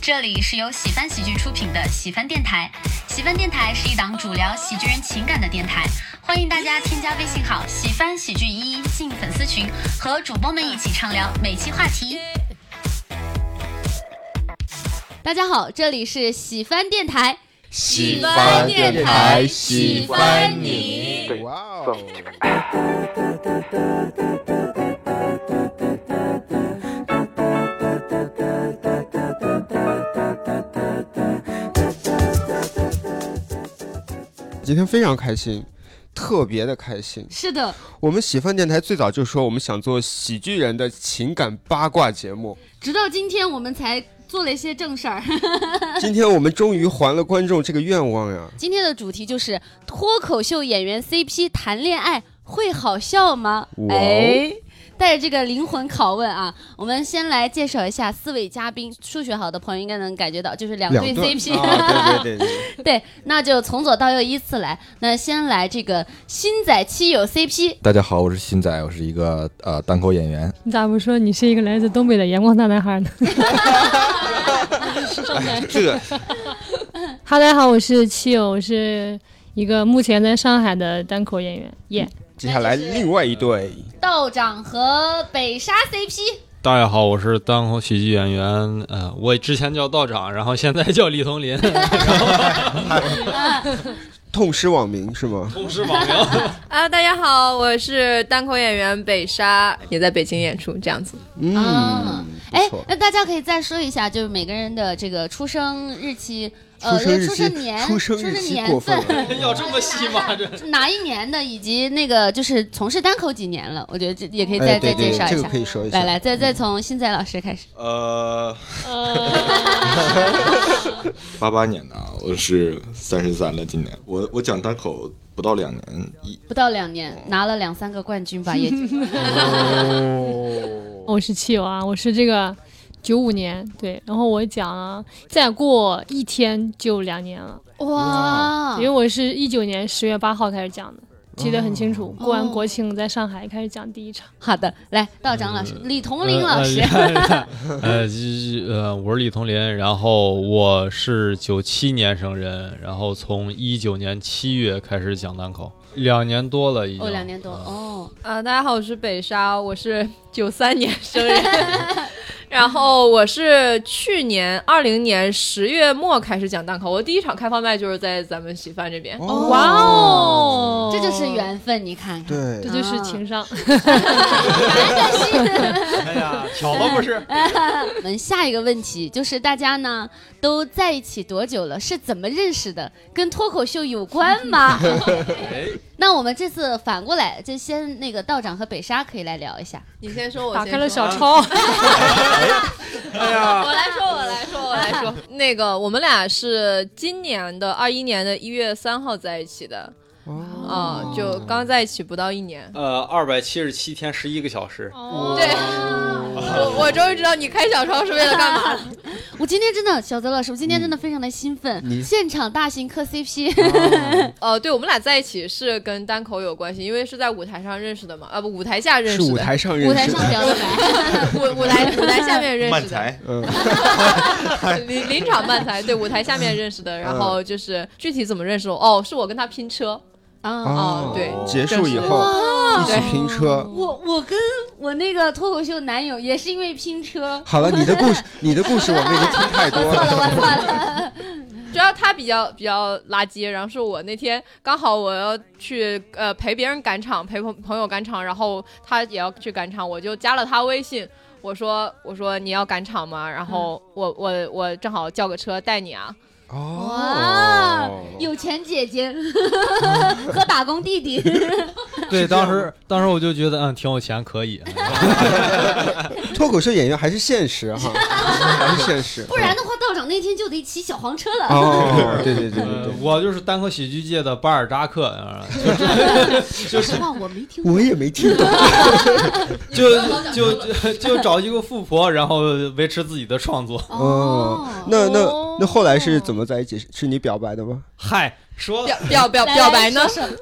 这里是由喜翻喜剧出品的喜翻电台。喜翻电台是一档主聊喜剧人情感的电台，欢迎大家添加微信号“喜翻喜剧一”进粉丝群，和主播们一起畅聊每期话题。大家好，这里是喜翻电台，喜欢电台喜欢你对，哇走哦！今天非常开心，特别的开心。是的，我们喜饭电台最早就说我们想做喜剧人的情感八卦节目，直到今天我们才做了一些正事儿。 今天我们终于还了观众这个愿望呀！今天的主题就是脱口秀演员 CP 谈恋爱会好笑吗？哇哦哎，带着这个灵魂拷问啊，我们先来介绍一下四位嘉宾。数学好的朋友应该能感觉到，就是两对 CP。啊对对对对， 对，那就从左到右依次来。那先来这个新仔七友 CP，大家好，我是新仔，我是一个呃单口演员。你咋不说你是一个来自东北的阳光大男 孩呢？哎这个 哈，大家好，我是七友，我是一个目前在上海的单口演员。耶、接下来另外一对，道长和北沙 CP。大家好，我是单口喜剧演员，呃，我之前叫道长，然后现在叫李同 林，痛失网名是吗？同是网名。啊，大家好，我是单口演员北沙，也在北京演出，这样子。啊嗯，不哎错，那大家可以再说一下，就是每个人的这个出生日期，呃，出生日出期生年、出出生日期过年分份， 了 哎要这么细吗？这哪一年的，以及那个就是从事单口几年了，我觉得这也可以再哎对再对介绍这一个下可。以说一下。来来，再再从新仔老师开始。呃，八八年的啊，我是三十三了，今年我我讲单口不到两年，一不到两年，拿了两三个冠军吧，也嗯我是七友啊，我是这个九五年，对，然后我讲了，再过一天就两年了，哇嗯啊因为我是一九年十月八号开始讲的。记得很清楚，哦过哦完国庆在上海开始讲第一场。好的，来道长老师，嗯李同林哎老师，呃，呃呃 就是呃，我是李同林，然后我是九七年生人，然后从一九年七月开始讲单口，两年多了哎已经。哦，两年多嗯哦，啊，大家好，我是北沙，我是 九三年生人， 然后我是去年二零年十月末开始讲单口，我第一场开放麦就是在咱们喜饭这边。哦哇哦，这就是，缘啊分，你看看，对这，就是情商。 哎呀，巧了不 是？我们下一个问题就是大家呢都在一起多久了？是怎么认识的？跟脱口秀有关吗？那我们这次反过来，就先那个道长和北沙可以来聊一下。你先说，我打先开了说啊小啊抄，我来说，我来说，我来说。 那个，我们俩是今年的二一年的一月三号在一起的，哦啊、就刚在一起不到一年。呃，二百七十七天，十一个小哦时。 对，我我终于知道你开小抄是为了干嘛了。我今天真的，小泽老师，我今天真的非常的兴奋，你现场大型磕 CP，哦，对，我们俩在一起是跟单口有关系，因为是在舞台上认识的嘛，啊不，舞台下认识是的，舞台上认舞台识上的，聊得来。舞舞台舞台下面认识的，才嗯，临临场漫才，对，舞台下面认识的，嗯然后就是具体怎么认识的，哦，是我跟他拼车，啊，哦哦对结束以后一起拼车。我我跟我那个脱口秀男友也是因为拼车，好了，你的 故事，你的故事我们已经听太多错了，了。我错了。主要他比较比较垃圾，然后是我那天刚好我要去呃陪别人赶场，陪朋朋友赶场，然后他也要去赶场，我就加了他微信，我说我说你要赶场吗？然嗯后我我我正好叫个车带你啊，哇，哦有钱姐姐 和打工弟弟，对，当时当时我就觉得，嗯，挺有钱，可 以。脱口秀演员还是现实 哈，还是现实。不然的话，道长那天就得骑小黄车了。哦，对对对对呃嗯对，，我就是单口喜剧界的巴尔扎克，呃说 实话，我没听过。我也没听懂。 就就就就找一个富婆，然后维持自己的创作。哦，那那那后来是怎么在一起？是你表白的吗？嗨，说表表表来表白呢？？来说说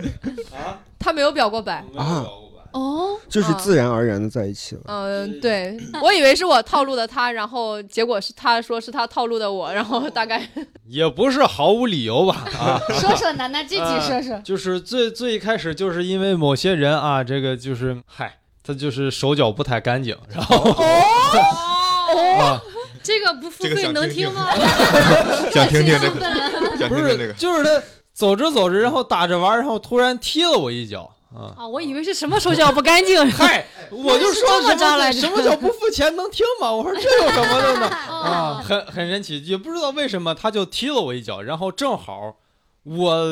他没有表过白，没有表过白哦，就是啊自然而然的在一起了。嗯，对，我以为是我套路的他，然后结果是他说是他套路的我，然后大概也不是毫无理由吧？啊， 说说楠楠，具体说说。就是最最一开始就是因为某些人啊，这个就是嗨，他就是手脚不太干净，然后 哦啊，这个不付这个费想能听听听吗？想听听这个，个， 想不听听这是个，就是他走着走着，然后打着玩儿，然后突然踢了我一脚啊。啊，我以为是什么手脚不干 净。嗨，我就说这么什着来着么什么叫不付钱能听吗？我说这有什么的呢？哦啊，很很神奇，也不知道为什么他就踢了我一脚，然后正好我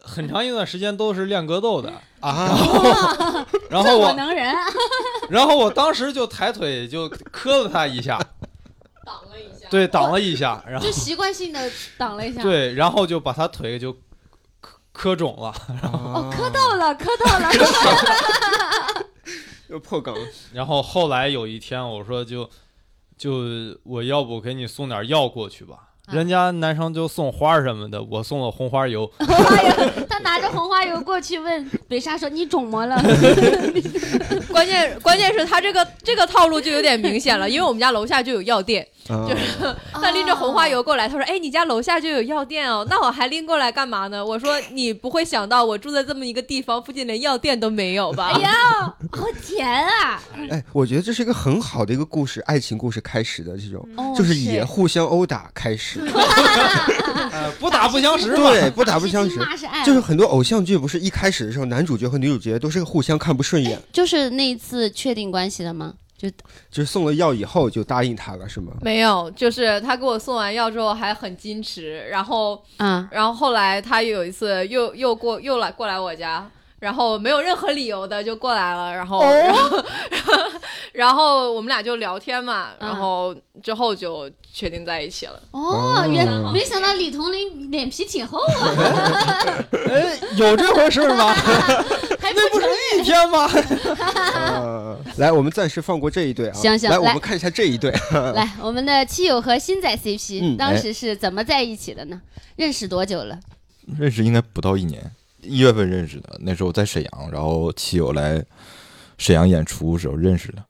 很长一段时间都是练格斗的啊，然后然后我我能人，啊然后我当时就抬腿就磕了他一下，挡了一下。对，挡了一下，然后就习惯性的挡了一下。，对，然后就把他腿就磕磕肿了，哦，磕到了，磕到了。又破梗了，然后后来有一天，我说就就我要不给你送点药过去吧，啊人家男生就送花什么的，我送了红 花油，花油， 他拿着红花油过去问北沙说：“你肿 么了关键关键是他这个这个套路就有点明显了，因为我们家楼下就有药店，啊哦他拎着红花油过来，他说：“哎，你家楼下就有药店哦，那我还拎过来干嘛呢？”我说：“你不会想到我住在这么一个地方，附近连药店都没有？”吧哎？呀，好甜啊！哎，我觉得这是一个很好的一个故事，爱情故事开始的这种，哦就是以互相殴打开始，呃，不打不相识嘛。对，不打不相识是。骂是爱， 就是很多偶像剧不是一开始的时候，男主角和女主角都是互相看不顺眼，就是那一次确定关系的吗？就是送了药以后就答应他了，是吗？没有，就是他给我送完药之后还很矜持，然后啊，然后后来他有一次又又过又来过来我家，然后没有任何理由的就过来了，然后、哦然后 然后我们俩就聊天嘛，嗯然后之后就确定在一起了。哦，原哦没想到李彤林脸皮挺厚啊，哎，有这回事儿吗？还不那不承认是一天 吗？呃，来，我们暂时放过这一对啊。行行来，我来们看一下这一对。来，我们的七友和新仔 CP、嗯当哎时是怎么在一起的呢？认识多久了？认识应该不到一年，一月份认识的，那时候我在沈阳，然后七友来沈阳演出时候认识的。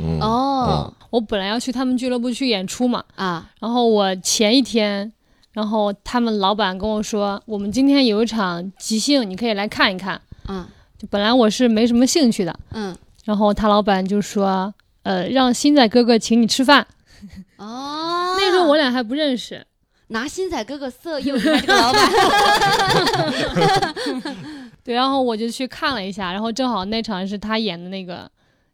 嗯，哦、我本来要去他们俱乐部去演出嘛，啊，然后我前一天，然后他们老板跟我说，我们今天有一场即兴，你可以来看一看。嗯就本来我是没什么兴趣的，嗯，然后他老板就说，呃，让新仔哥哥请你吃饭。哦，啊那时候我俩还不认识，拿新仔哥哥色诱你们这个老板，对，然后我就去看了一下，然后正好那场是他演的那个，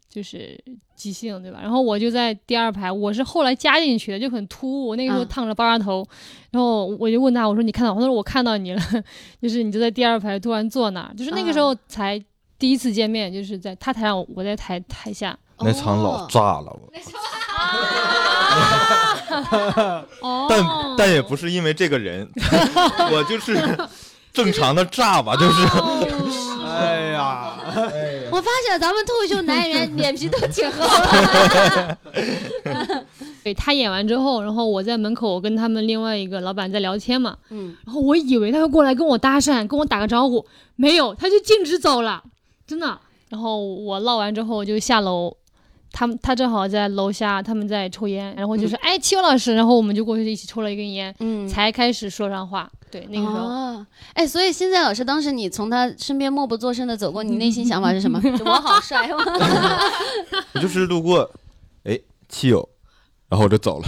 就是即兴，对吧？然后我就在第二排，我是后来加进去的，就很突兀。我那个时候嗯烫着爆炸头，然后我就问他，我说你看到我？他说我看到你了， 就是你就在第二排突然坐那儿，就是那个时嗯候才第一次见面，就是在他台上，我在台台下。那场老哦炸了我，哦但但也不是因为这个人， 我就是正常的炸吧，就是。 哎呀，我发现咱们脱口秀男演员脸皮都挺 厚的。对他演完之后，然后我在门口，我跟他们另外一个老板在聊天嘛，嗯，然后我以为他会过来跟我搭讪，跟我打个招呼，没有，他就径直走了，真的。然后我唠完之后就下楼，他们他正好在楼下，他们在抽烟，然 后就说：“哎，邱老师。”然后我们就过去一起抽了一根烟，嗯才开始说上话。对，那个时候、哦，哎，所以现在老师，当时你从他身边默不作声的走过， 你内心想法是什么？我好帅哦吗？我就是路过，哎，七友，然后我就走了。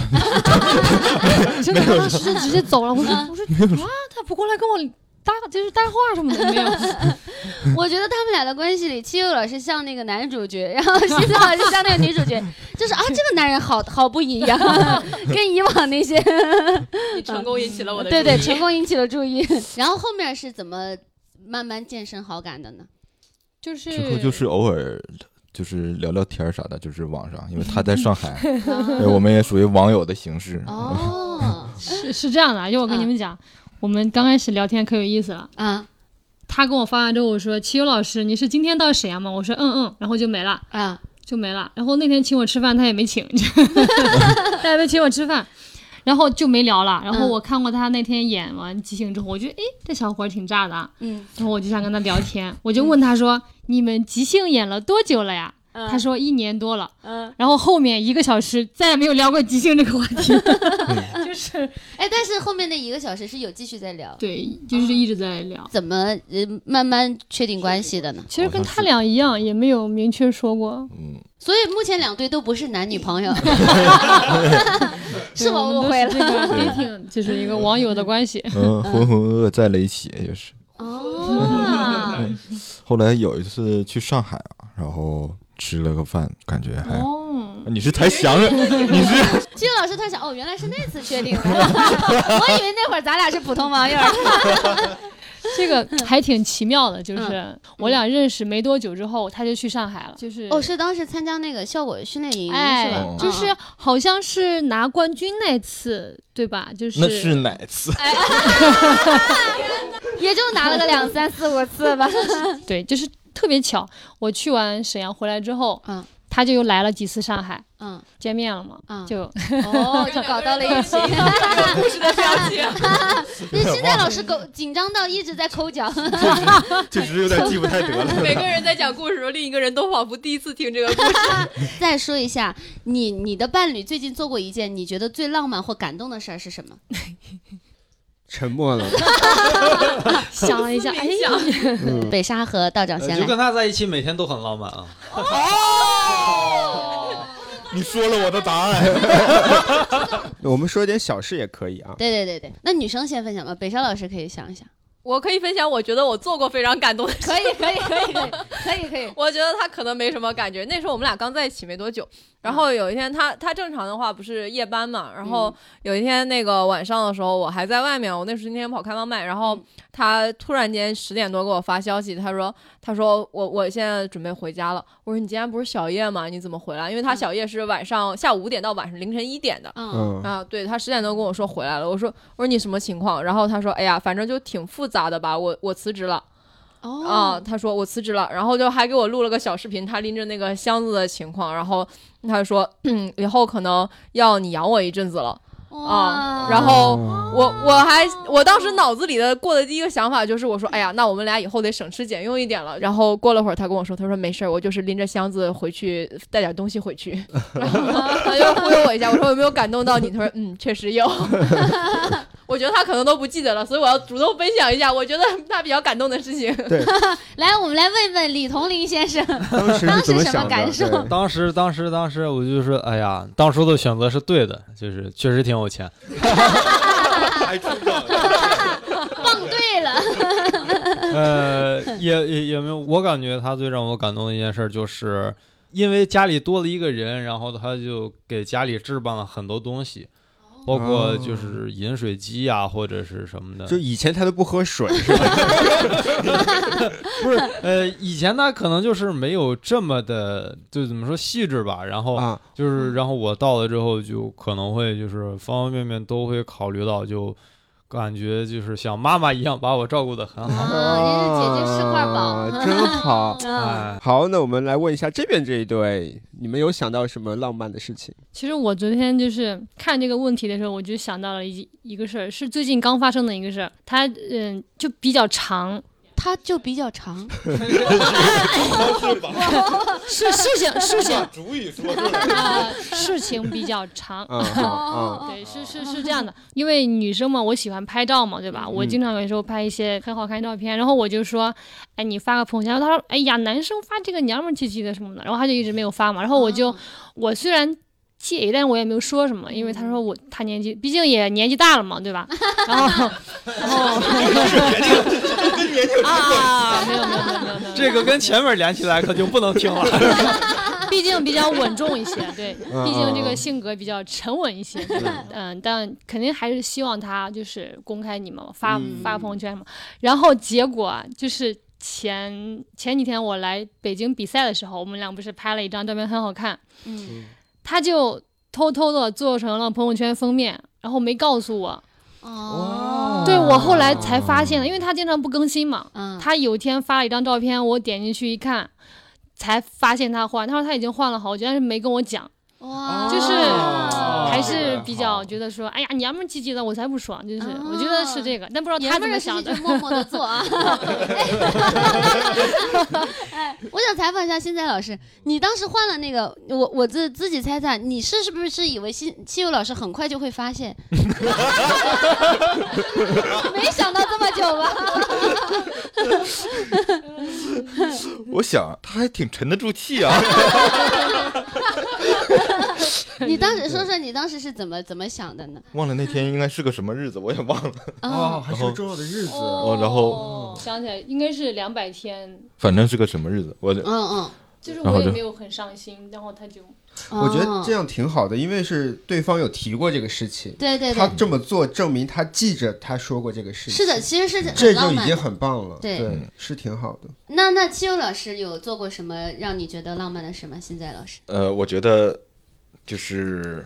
真的，当时就直接走了。我说：“我说啊，他不过来跟我搭，就是搭话什么的没有。 我觉得他们俩的关系里，七佑老师像那个男主角， 然后西子老师像那个女主 角， 就是啊，这个男人好好不一样， 跟以往那些，你成功引起了我 的嗯对注意对，成功引起了注意。然后后面是怎么慢慢渐生好感的呢？”就是之后就是偶尔就是聊聊天儿啥的，就是网上，因为他在上海，嗯对我们也属于网友的形式。哦，是是这样的，啊就我嗯跟你们讲，我们刚开始聊天可有意思了。啊他跟我发完之后，我说：“齐友老师，你是今天到沈阳吗？”我说：“嗯嗯。”然后 就没了，啊， 就没了。然后那天请我吃饭，他也没请，他也没请我吃饭。然后就没聊了。然后嗯我看过他那天演完即兴之后，我觉得诶，这小伙儿挺炸的啊，嗯，然后我就想跟他聊天，我就问他说：“你们即兴演了多久了呀？”他说：“一年多了。”嗯，然后后面一个小时再也没有聊过即兴这个话题， 就是哎，但是后面那一个小时是有继续在聊，对，就是一直在聊。怎么呃慢慢确定关系的呢？其实跟他俩一样，也没有明确说过。嗯，所以目前两队都不是男女 朋友， 是对我误们都会是这了。个 dating 就是一个网友的关系。嗯，浑浑噩噩在了一起，也是。 哦，后来有一次去上海啊，然后吃了个饭，感觉还。哦，你是才想着，你是金老师突然想，哦，原来是那次确定 的，我以为那会儿咱俩是普通网友。这个还挺奇妙的，嗯就是我俩认识没多久之后，他就去上海了， 就是哦，。是当时参加那个效果训练营是哎吧？啊嗯，就是好像是拿冠军那次，对吧？就是那是哪次？ 也就拿了个两三四五次 吧。对，就是特别巧。我去完沈阳回来之后，嗯他就又来了几次上海，嗯，见面了嘛， 嗯就哦，就搞到了一起。故事的标题，那现在老师狗紧张到一直在抠 脚。确实有点记不太得了。每个人在讲故事的时候，另一个人都仿佛第一次听这个故事。再说一下，你你的伴侣最近做过一件你觉得最浪漫或感动的事儿是什么？沉默了，想了 一下，哎，嗯，北沙和道长呃先就来。跟他在一起，每天都很浪漫啊。哦你说了我的答案，我们说点小事也可以啊。对对对对，那女生先分享吧，北沙老师可以想一想。 我可以分享，我觉得我做过非常感动的事。可以可以可以可以可以。我觉得他可能没什么感觉。那时候我们俩刚在一起没多久，然后有一天他他正常的话不是夜班嘛，然后有一天那个晚上的时候，我还在外面，我那时候那天跑开放麦，然后他突然间十点多给我发消息，他说他说我我现在准备回家了。我说你今天不是小夜吗？你怎么回来？因为他小夜是晚上下午五点到晚上凌晨一点的，嗯嗯，啊，对他十点多跟我说回来了，我说我说你什么情况？然后他说，哎呀，反正就挺复杂的吧，我我辞职了啊、哦，他说我辞职了，然后就还给我录了个小视频，他拎着那个箱子的情况，然后他说， 嗯，以后可能要你养我一阵子了。哦哦啊哇然后我我还我当时脑子里的过的第一个想法就是，我说，哎呀，那我们俩以后得省吃俭用一点了。然后过了会儿，他跟我说，他说没事儿，我就是拎着箱子回去带点东西回去。 然后他又忽悠我一下，我说有没有感动到你？他说，嗯，确实有。 我觉得他可能都不记得了，所以我要主动分享一下，我觉得他比较感动的事情。来，我们来问问李同林先生，当时是怎么想的？当时什么感对当时，当时，当时，我就说，哎呀，当初的选择是对的，就是确实挺 有钱。棒对了。 呃，也也也没有，我感觉他最让我感动的一件事，就是因为家里多了一个人，然后他就给家里置办了很多东西，包括哦就是饮水机呀、或者是什么的。就以前他都不喝水，是吧？不是，呃，以前他可能就是没有这么的，就怎么说细致吧。然后啊，就是，然后我到了之后，就可能会就是方方面面都会考虑到，就感觉就是像妈妈一样把我照顾的很好。啊，人家姐姐是块宝，啊真好。嗯，哎，好，那我们来问一下这边这一对，你们有想到什么浪漫的事情？其实我昨天就是看这个问题的时候，我就想到了一一个事儿，是最近刚发生的一个事儿，它嗯就比较长，他就比较 长，是事情事情，主语说出来， 事情比较长，啊 哦啊嗯对，是是是这样的， 因为女生嘛，我喜欢拍照嘛，对吧？我嗯经常有时候拍一些很好看的照片，然后我就说，哎，你发个朋友圈。他说，哎呀，男生发这个娘们儿气气的什么的，然后他就一直没有发嘛。然后我就，我虽然介意，但是我也没有说什么，因为他说我他年纪，毕竟也年纪大了嘛，对吧？然 后，然后啊，没有没有没有没有没有，这个跟前面连起来可就不能听了。毕竟比较稳重一些，对，哦嗯毕竟这嗯个嗯性格比较沉稳一些，对吧？ 嗯，但肯定还是希望他就是公开你们发嗯发朋友圈嘛。然后结果啊就是前前几天我来北京比赛的时候，我们俩不是拍了一张照片很好看， 嗯，他就偷偷的做成了朋友圈封面，然后没告诉我，哦，对我后来才发现的，因为他经常不更新嘛，嗯，他有一天发了一张照片，我点进去一看，才发现他换。他说他已经换了好久，但是没跟我讲，哇，就是哦还还是比较觉得说，哎呀，娘们儿唧唧的，我才不爽，就是我觉得是这个，但不知道他娘怎们么儿事情想的就。默默的做啊。 哎，我想采访一下新仔老师，你当时换了那个，我我自自己猜猜，你是是不是以为新七友老师很快就会发现？ 没想到这么久吧？嗯 我想他还挺沉得住气 啊。你当时说说你当时是怎么怎么想的呢？忘了那天应该是个什么日子，我也忘了。啊哦，还是然后个重要的日子。哦然后哦想起来应该是两百天，反正是个什么日子，我嗯嗯，就是然后我也就没有很上心，然后他就我觉得哦这样挺好的，因为是对方有提过这个事情，对对他对，这么做证明他记着他说过这个事情，是的，，其实是很这就浪已漫经的。很棒了，对对，是挺好的。那那七友老师有做过什么让你觉得浪漫的事吗？新仔老师，呃，我觉得就是，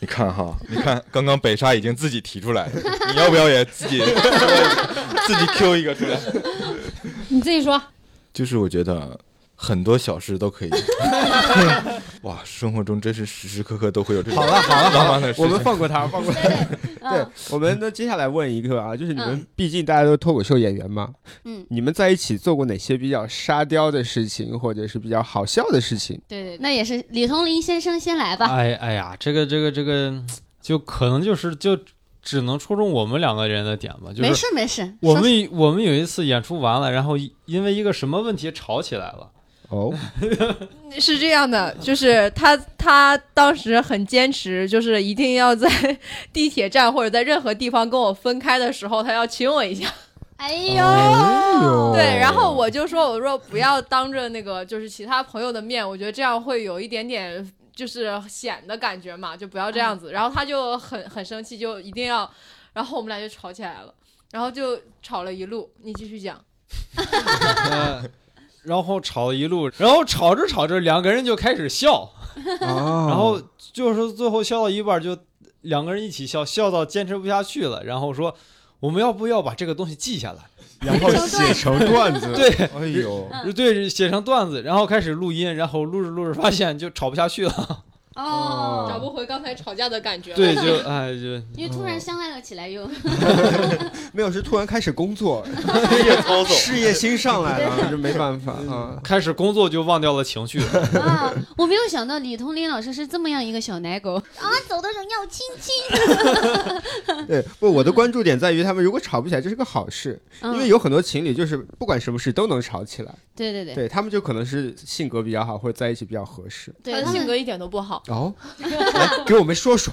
你看哈，你看刚刚北沙已经自己提出来 了，你要不要也自己 自己 Q 一个出来？ 你自己说，就是我觉得很多小事都可 以。哇，生活中真是时时刻刻都会有这种好了好了浪漫的事我们情。放过他，放过 他。对，我们那接下来问一个啊，就是你们嗯毕竟大家都是脱口秀演员嘛，嗯，你们在一起做过哪些比较沙雕的事情，或者是比较好笑的事情？对对对，那也是李同林先生先来吧。哎哎呀，这个这个这个，就可能就是就只能戳中我们两个人的点吧，就没是事没事，我说们我们有一次演出完了，然后一因为一个什么问题吵起来了。 哦，是这样的，就是他他当时很坚持，就是一定要在 地铁站或者在任何地方跟我分开的时候，他要亲我一下。哎呦，对，然后我就说，我说不要当着那个就是其他朋友的面，我觉得这样会有一点点就是显的感觉嘛，就不要这样子。然后他就很很生气，就一定要，然后我们俩就吵起来了，然后就吵了一路。你继续讲，呃 然后吵了一路，然后吵着吵着，两个人就开始笑，然然后就是最后笑到一半儿就两个人一起笑，笑到坚持不下去了，然后说我们要不要把这个东西记下来？然后写成段子，对，哎呦，对，写成段子，然后开始录音，然后录着录着发现就吵不下去了，啊哦，找不回刚才吵架的感觉 了。对， 就哎就因为突然相爱了起来又，没有是突然开始 工作，事业操纵，事业心上来了，就没办法 啊。开始工作就忘掉了情 绪。啊，我没有想到李同林老师是这么样一个小奶狗啊，走的时候要亲亲，对，不，我的关注点在于他们如果吵不起来，这是个好事，因为有有很多情侣就是不管什么事都能吵起来，对对对对他们就可能是性格比较好，或者在一起比较合适。他对，的他性们格一点都不好。哦，来给我们说说，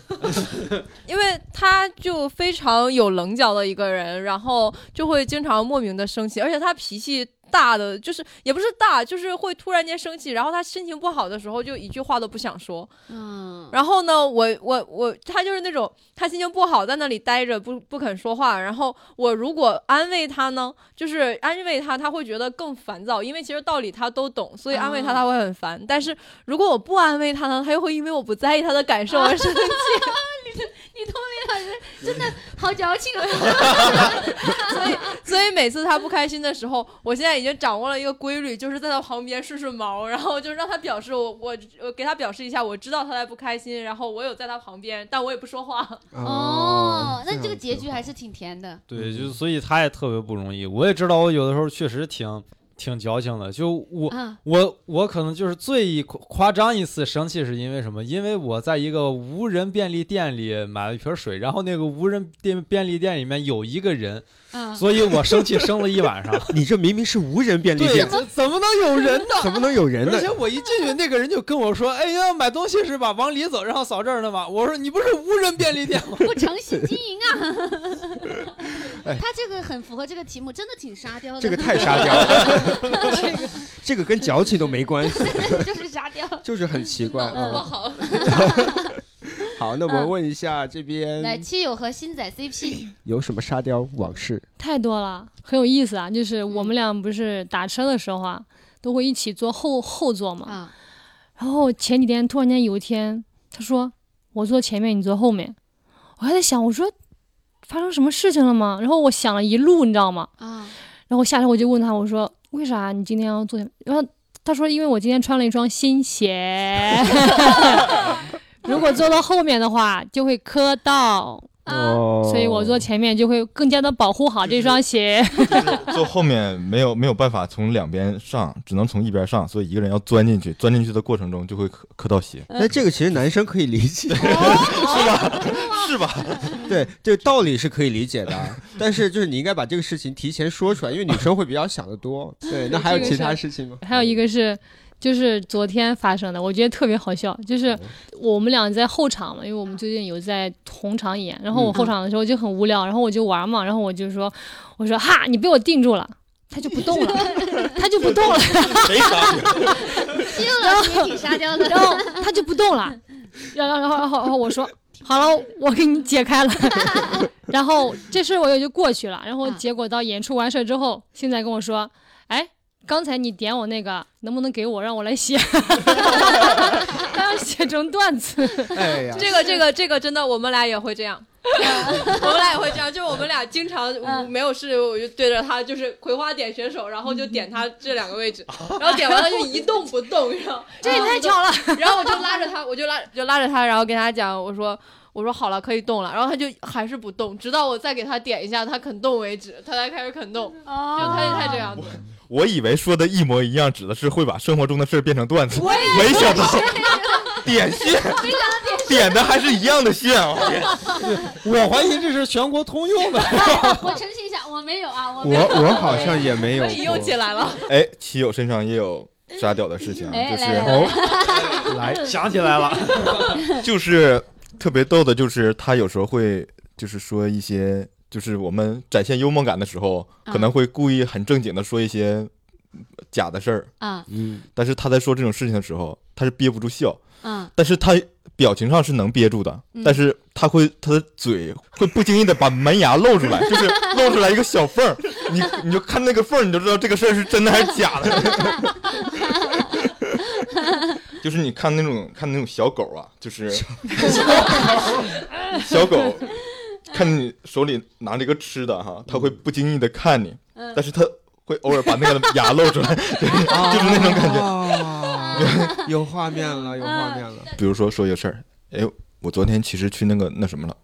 因为他就非常有棱角的一个人，然后就会经常莫名的生气，而且他脾气大的就是也不是大，就是会突然间生气，然后他心情不好的时候就一句话都不想说。嗯，然后呢，我我我，他就是那种他心情不好在那里待着不不肯说话，然后我如果安慰他呢，就是安慰他，他会觉得更烦躁，因为其实道理他都懂，所以安慰他啊他会很烦。但是如果我不安慰他呢，他又会因为我不在意他的感受而生气。李同林老师真的好矫情啊，所以每次他不开心的时候，我现在已经掌握了一个规律，就是在他旁边顺顺毛，然后就让他表示我我我给他表示一下，我知道他在不开心，然后我有在他旁边，但我也不说话。哦，那这个样结挺局好还是挺甜的，对，就所以他也特别不容易。我也知道，我有的时候确实挺挺矫情的。就我啊，我我可能就是最夸夸张一次生气是因为什么？因为我在一个无人便利店里买了一瓶水，然后那个无人店便利店里面有一个人，嗯，所以我生气生了一晚 上。你这明明是无人便利对，店，怎怎么能有 人呢？怎么能有人呢而且？我一进去，那个人就跟我说：“哎呀，买东西是吧？往里走，然后扫这儿呢嘛。”我说：“你不是无人便利店吗不诚信经营啊，他这个很符合这个题目，真的挺沙雕的，这个太沙雕了，这个跟矫情都没关系， 就是沙雕，就是很奇怪脑子不啊。好， 好，那我们问一下这来，边七友和新仔 CP，有什么沙雕往事？ 太多了，很有意思啊。就是我们俩不是打车的时候啊，都会一起坐后后座嘛。啊，然后前几天突然间有一天，他说我坐前面，你坐后面。我还在想，我说发生什么事情了吗？然后我想了一路，你知道吗？啊，然后下车我就问他，我说为啥你今天要坐前面？然后他说因为我今天穿了一双新鞋。 如果坐到后面的话，就会磕到，哦所以我坐前面就会更加的保护好这双鞋。 坐后面没有没有办法从两边上，只能从一边上，所以一个人要钻进去，钻进去的过程中就会磕磕到鞋，那哎这个其实男生可以理解，是吧？对，这道理是可以理解的，啊但是就是你应该把这个事情提前说出来，因为女生会比较想得多。对，那还有其他事情吗？还有一个是，就是昨天发生的，我觉得特别好笑，就是我们俩在后场嘛，因为我们最近有在红场演，然后我后场的时候就很无聊，然后我就玩嘛，然后我就说，我说哈，你被我定住了。他就不动了，他就不动了，谁傻？肌肉老师也挺沙雕的，然后他就不动了， 然后然后然后然后我 说好了，我给你解 开了，然后这事儿我也就过去了，然后结果到演出完事儿之后，现在跟我说，哎，刚才你点我那个能不能给我，让我来写， 他要写成段子，哎呀，这个这个这个真的，我们俩也会这样， 我们俩也会这样，就是我们俩经常没有事，我就对着他就是葵花点选手，然后就点他这两个位置，然后点完了就一动不动，然后 这也太巧了，然后我就拉着他，我就拉就拉着他，然后跟他讲，我说我说好了，可以动了，然后他就还是不动，直到我再给他点一下，他肯动为止，他才开始肯动，就哦，他就太这样子。我以为说的一模一样，指的是会把生活中的事儿变成段子，没想到 点线， 点的还是一样的线啊！我怀疑这是全国通用的。我澄清一下，我没有啊，我我没有我好像也没有你又起过。来了，哎，棋友身上也有沙雕的事情啊，哎就来来来是哦， 来，想起来了， 就是特别逗的，就是他有时候会就是说一些，就是我们展现幽默感的时候，可能会故意很正经的说一些假的事儿，啊 嗯，但是他在说这种事情的时候，他是憋不住笑，嗯，但是他表情上是能憋住的，嗯但是他会他的嘴会不经意的把门牙露出来，就是露出来一个小缝儿，你你就看那个缝儿，你就知道这个事儿是真的还是假的。就是你看那种看那种小狗啊，就是小狗，看你手里拿着一个吃的哈，它会不经意的看你，但是它会偶尔把那个牙露出来，就是就是那种感觉。觉。 有画面了，有画面了。比如说说一个事儿，哎，我昨天其实去那个那什么了，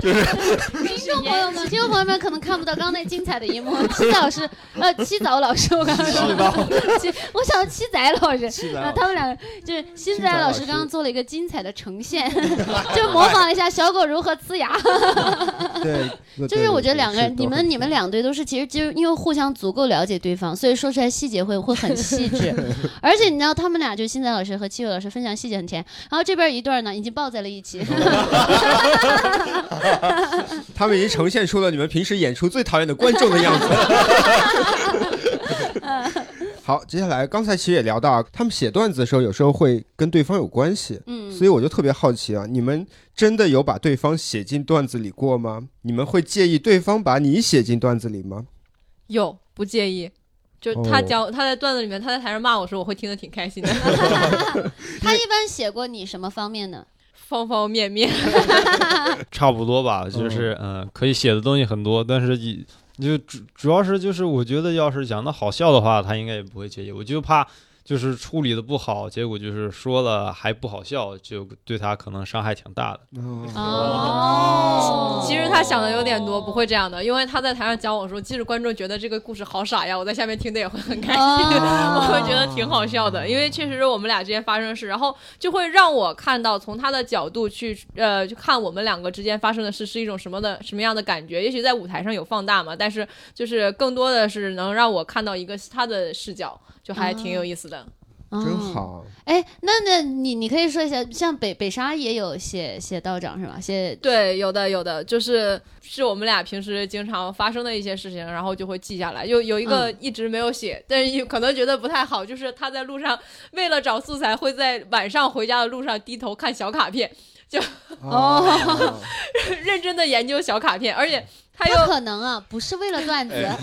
听众朋友们，听众朋友们可能看不到刚才精彩的一幕，七老师，呃，七早老师，我刚刚说，七，我想到七仔老师，是然后的，啊他们俩就是新新自仔然老老师师刚刚做了一个精彩的呈现，就模仿了一下小狗如何呲牙。对，就是我觉得两个人，你们你们两队都是，其实就是因为互相足够了解对方，所以说出来细节会会很细致。而且你知道，他们俩就新仔老师和七友老师分享细节很甜，然后这边一段呢已经抱在了一起。他们已经呈现出了你们平时演出最讨厌的观众的样子。好，接下来刚才其实也聊到，他们写段子的时候，有时候会跟对方有关系，嗯，所以我就特别好奇啊，你们真的有把对方写进段子里过吗？你们会介意对方把你写进段子里吗？有不介意。就哦他讲、他在段子里面，他在台上骂我时候，我会听得挺开心的，他一般写过你什么方面呢？方方面面。差不多吧，就是嗯、可以写的东西很多，但是以就主主要是就是我觉得要是讲的好笑的话，他应该也不会介意，我就怕。就是处理的不好，结果就是说了还不好笑，就对他可能伤害挺大的。哦其实他想的有点多，不会这样的，因为他在台上讲我的时候，即使观众觉得这个故事好傻呀，我在下面听的也会很开心，哦 我会觉得挺好笑的，因为确实是我们俩之间发生的事，然后就会让我看到从他的角度去呃去看我们两个之间发生的事是一种什么的什么样的感觉，也许在舞台上有放大嘛，但是就是更多的是能让我看到一个他的视角，就还挺有意思的。真哦。好，哎，那那你你可以说一下，像北北沙也有写写道长是吧？写对，有的有的，就是是我们俩平时经常发生的一些事情，然后就会记下来。有有一个一直没有写，但是有可能觉得不太好，就是他在路上为了找素材，会在晚上回家的路上低头看小卡片， 哦，认真的研究小卡片，而且。他 又不可能啊，不是为了段子，然后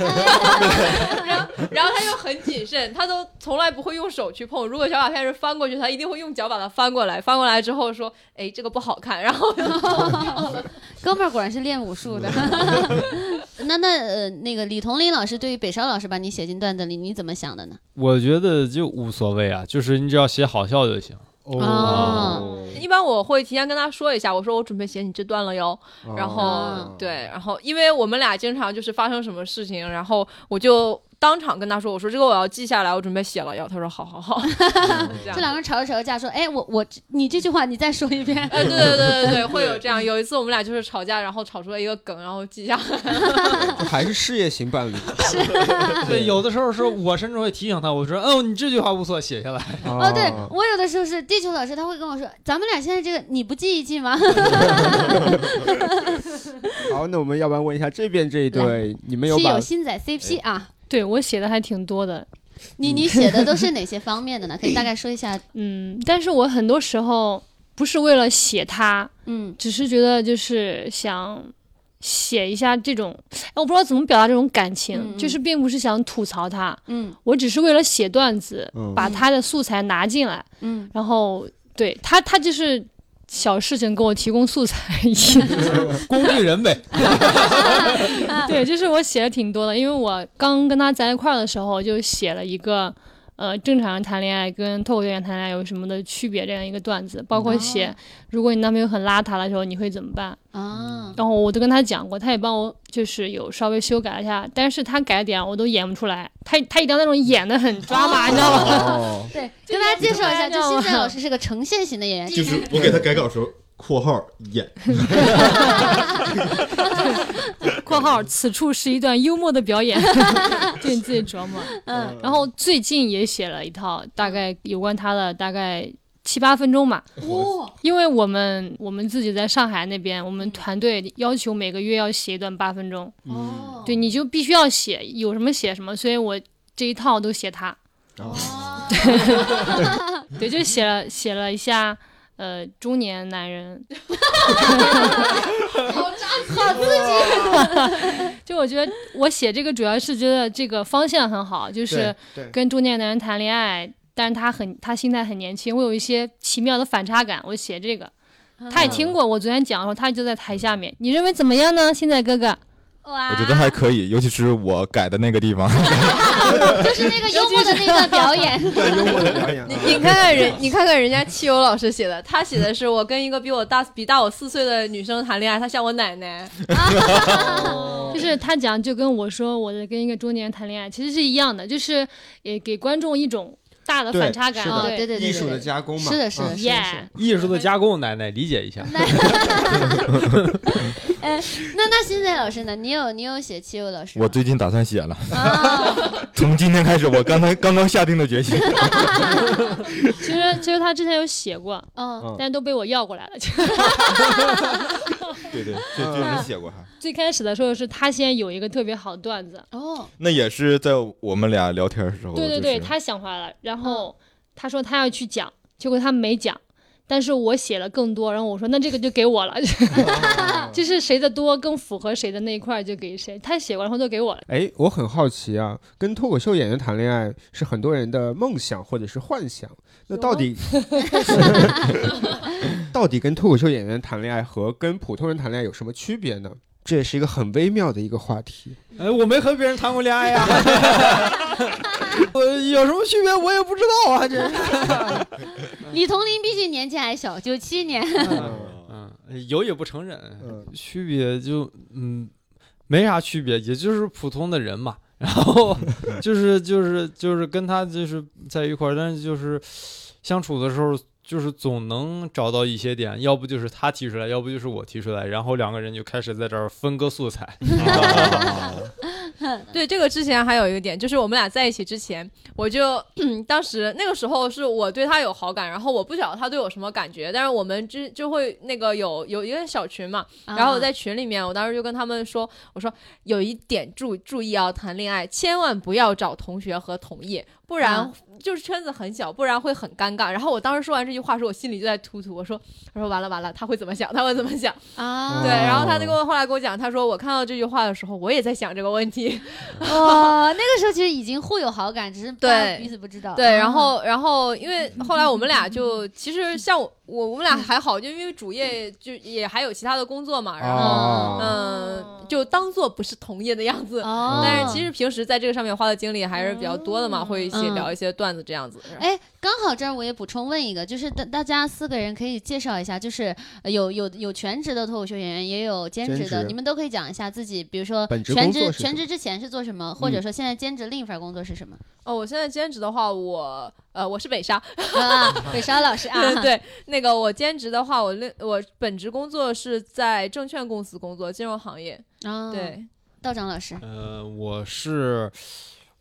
他又很谨慎，他都从来不会用手去碰。如果小卡片是翻过去，他一定会用脚把它翻过来。翻过来之后说：“哎，这个不好看。”然 后 哥们儿果然是练武术的。 那那呃，那个李同林老师对于北少老师把你写进段子里，你怎么想的呢？我觉得就无所谓啊，就是你只要写好笑就行。哦一般我会提前跟他说一下，我说我准备写你这段了哟。然后、哦对，然后因为我们俩经常就是发生什么事情，然后我就当场跟他说：“我说这个我要记下来，我准备写了哟。”他说：“好好 好。这样。这两个人吵着吵着架说，哎，我我你这句话你再说一遍哎，对对对对对，会有这样。有一次我们俩就是吵架，然后吵出了一个梗，然后记下来。就还是事业型伴侣。对，有的时候说，我甚至会提醒他，我说，哦，你这句话不错，写下来。 哦，对我有的时候是地球老师，他会跟我说，咱们俩现在这个你不记一记吗？ 好，那我们要不然问一下这边这一对，你们有七把哎友新仔 CP 啊，对我写的还挺多的，嗯你你写的都是哪些方面的呢？可以大概说一 下。嗯，但是我很多时候不是为了写它，嗯只是觉得就是想写一下这种，哎，我不知道怎么表达这种感情，嗯嗯就是并不是想吐槽它，嗯我只是为了写段子，嗯把他的素材拿进来，嗯，然后对他，他就是小事情给我提供素材 一样。工具人 呗，对，就是我写的挺多的，因为我刚跟他在一块儿的时候就写了一个，呃，正常人谈恋爱跟脱口秀演员谈恋爱有什么的区别这样一个段子，包嗯括写、如果你男朋友很邋遢的时候你会怎么办，啊，然后我都跟他讲过，他也帮我就是有稍微修改了一下，但是他改的点我都演不出来，他他一定要那种演的很抓马，你知道吗？ 哦，对，跟大家介绍一下，这就个新仔老师是个呈现型的演员， 就是我给他改稿时候，括号演，括号此处是一段幽默的表演， 就你自己琢磨。嗯然后最近也写了一套，大概有关他的大概七八分钟吧。哇，因为我们我们自己在上海那边，我们团队要求每个月要写一段八分钟，嗯嗯哦，对，你就必须要写，有什么写什么，所以我这一套都写他，哦，对，就写了写了一下。呃，中年男人， 好啊 刺激，啊就我觉得我写这个主要是觉得这个方向很好，就是对，跟中年男人谈恋爱，但是他很他心态很年轻，会有一些奇妙的反差感。我写这个，嗯他也听过我昨天讲的时候，他就在台下面。你认为怎么样呢？现在哥哥，哇，我觉得还可以，尤其是我改的那个地方，就是那个幽默的那段表演，幽默的表演 啊你你看看 人，你看看人家汽油老师写的，他写的是我跟一个比我大比大我四岁的女生谈恋爱，她像我奶奶。就是他讲就跟我说我在跟一个中年人谈恋爱，其实是一样的，就是也给观众一种大的对反差感是的啊。哦，对对对，艺对术的对加工嘛，是的，是的，嗯是的，是的耶，艺术的加工，奶奶理解一 下。呃那那新仔老师呢？你有你有写七友老师吗？我最近打算写了，啊， 从今天开始，我刚才刚刚下定的决心。其实其实他之前有写过，嗯， 但都被我要过来 了。就对对，这这没写过还。最开始的时候是他先有一个特别好的段子，哦，那也是在我们俩聊天的时候，对对对，就是他想回来了，然后他说他要去讲，结果他没讲，但是我写了更多，然后我说那这个就给我了， 就是谁的多更符合谁的那一块儿就给谁，他写过然后都给我了。哎，我很好奇啊，跟脱口秀演员谈恋爱是很多人的梦想或者是幻想，那到底 到底跟脱口秀演员谈恋爱和跟普通人谈恋爱有什么区别呢？这也是一个很微妙的一个话题。哎，我没和别人谈过恋爱 呀，我有什么区别我也不知道啊，这。李同林毕竟年纪还小，九七年，嗯，有也不承认，嗯区别就嗯没啥区别，也就是普通的人嘛。然后 就是就是就是跟他就是在一块儿，但是就是相处的时候，就是总能找到一些点，要不就是他提出来，要不就是我提出来，然后两个人就开始在这儿分割素材。对，这个之前还有一个点，就是我们俩在一起之前，我就 当时那个时候是我对他有好感，然后我不晓得他对我什么感觉，但是我们之就会那个有有一个小群嘛，然啊后我在群里面，我当时就跟他们说，我说有一点注注意啊，谈恋爱千万不要找同学和同业，不然啊就是圈子很小，不然会很尴尬。然后我当时说完这句话的时候，我心里就在突突，我说我说完了完了，他会怎么想？他会怎么想？啊，对，然后他就跟我后来跟我讲，他说我看到这句话的时候，我也在想这个问题。 哇，哦那个时候其实已经互有好感，只是大家对彼此不知道。嗯对，然后啊然后因为后来我们俩就其实像我我我们俩还好，就因为主业就也还有其他的工作嘛，然后哦嗯、就当做不是同业的样子。哦，但是其实平时在这个上面花的精力还是比较多的嘛，会一起嗯聊一些段子这样子。哎，刚好这儿我也补充问一个，就是大大家四个人可以介绍一下，就是呃有有有全职的脱口秀演员，也有兼兼职的，职你们都可以讲一下自己，比如说本职全工职作是全什职之前是做什么，或者说现在兼职另一份工作是什么？哦，我现在兼职的话，我呃我是北沙，啊，北沙老师 啊，对，那个我兼职的话，我另我本职工作是在证券公司工作，金融行业。啊，对，道长老师，呃，我是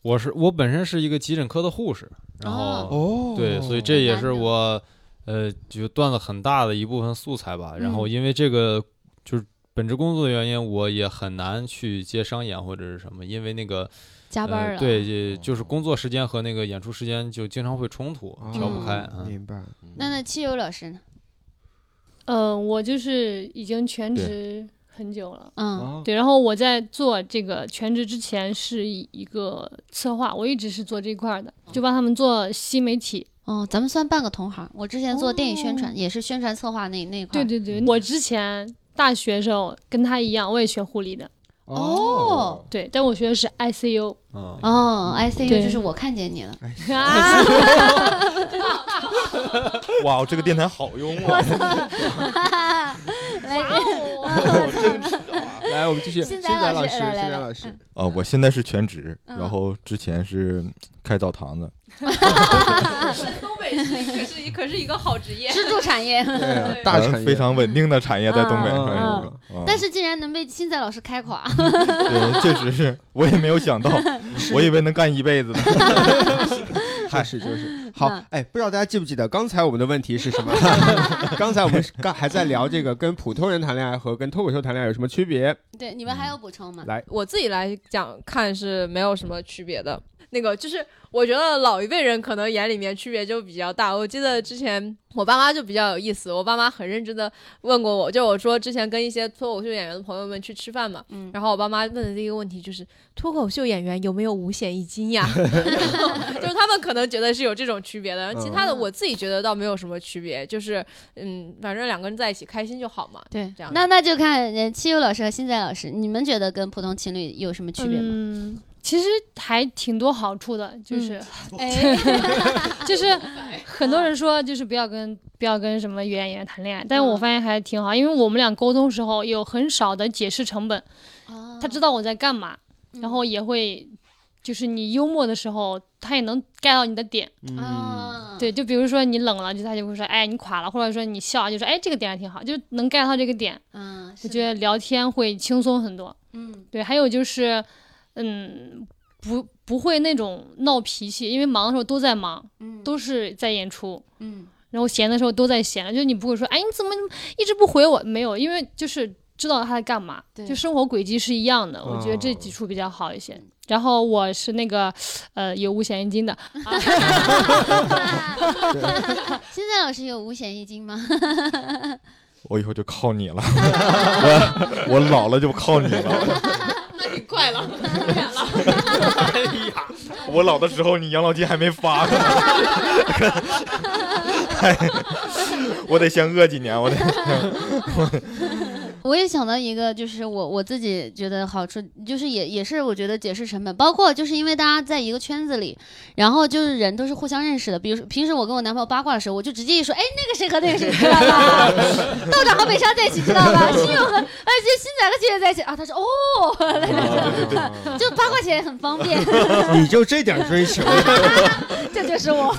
我是我本身是一个急诊科的护士，然后、哦对，所以这也难是得我呃就段子很大的一部分素材吧。然后嗯因为这个就是本职工作的原因，我也很难去接商演或者是什么，因为那个加班啊呃了，，对，也就是工作时间和那个演出时间就经常会冲突，调不开。哦嗯明白。那那七友老师呢？嗯，我就是已经全职很久了。嗯啊哦对，然后我在做这个全职之前是一个策划，我一直是做这块儿的，就帮他们做新媒体。哦，咱们算半个同行，我之前做电影宣传，也是宣传策划那那一块哦对儿。对对，我之前大学时候跟他一样，我也学护理的，哦对，但我学的是 ICU。嗯，哦，ICU 对就是我看见你了。哇，这个电台好幽默，啊 来， 来，我们继续。新新仔仔老老师师，来新来仔来老师，啊，我现在是全职，嗯然后之前是开澡堂子， 东北是可是可是一个好职业。支柱产业。对，大呃产业非常稳定的产业在东北，嗯反正嗯是啊但是竟然能被新仔老师开垮， 嗯对，确实是我也没有想到，我以为能干一辈子呢。就是就是好嗯。哎，不知道大家记不记得刚才我们的问题是什么？ 刚才我们是刚还在聊这个跟普通人谈恋爱和跟脱口秀谈恋爱有什么区别？对，你们还有补充吗？来，我自己来讲看是没有什么区别的。那个就是，我觉得老一辈人可能眼里面区别就比较大。我记得之前我爸妈就比较有意思，我爸妈很认真的问过我，就我说之前跟一些脱口秀演员的朋友们去吃饭嘛，嗯然后我爸妈问的第一个问题就是脱口秀演员有没有五险一金呀？就是他们可能觉得是有这种区别的，其他的我自己觉得倒没有什么区别，就是嗯，反正两个人在一起开心就好嘛。对这样那那就看呃七友老师和新仔老师，你们觉得跟普通情侣有什么区别吗？嗯，其实还挺多好处的，就是、哎， 就是很多人说就是不要跟不要跟什么演员谈恋爱，但是我嗯发现还挺好，因为我们俩沟通时候有很少的解释成本，嗯哦嗯他知道我在干嘛，然后也会就是你幽默的时候，他也能 get 到你的点。嗯，啊，对，就比如说你冷了，就他就会说，哎，你垮了，或者说你笑，就说，哎，这个点还挺好，就能 get 到这个点。嗯，我是觉的，得聊天会轻松很多。嗯对，还有就是，嗯，不不会那种闹脾气，因为忙的时候都在忙，嗯，都是在演出。嗯 然后闲的时候都在闲，就是你不会说，哎，你怎么一直不回我？没有，因为就是知道他在干嘛，对就生活轨迹是一样的。我觉得这几处比较好一些。然后我是那个，呃，有五险一金的，新仔老师有五险一金吗？ 我以后就靠你了，我我老了就靠你了。 那你快了，哎呀，我老的时候你养老金还没发呢，哎我得先饿几 年，我得我也想到一个，就是我我自己觉得好处，就是也也是我觉得解释成本，包括就是因为大家在一个圈子里，然后就是人都是互相认识的。比如说平时我跟我男朋友八卦的时候，我就直接一说，哎，那个谁和那个谁知道吧？ 道长和北沙在一起知道吧？ 新友和而且新仔和七月在一起啊，他说 哦，就八卦起来很方便，你就这点追求，这就是我。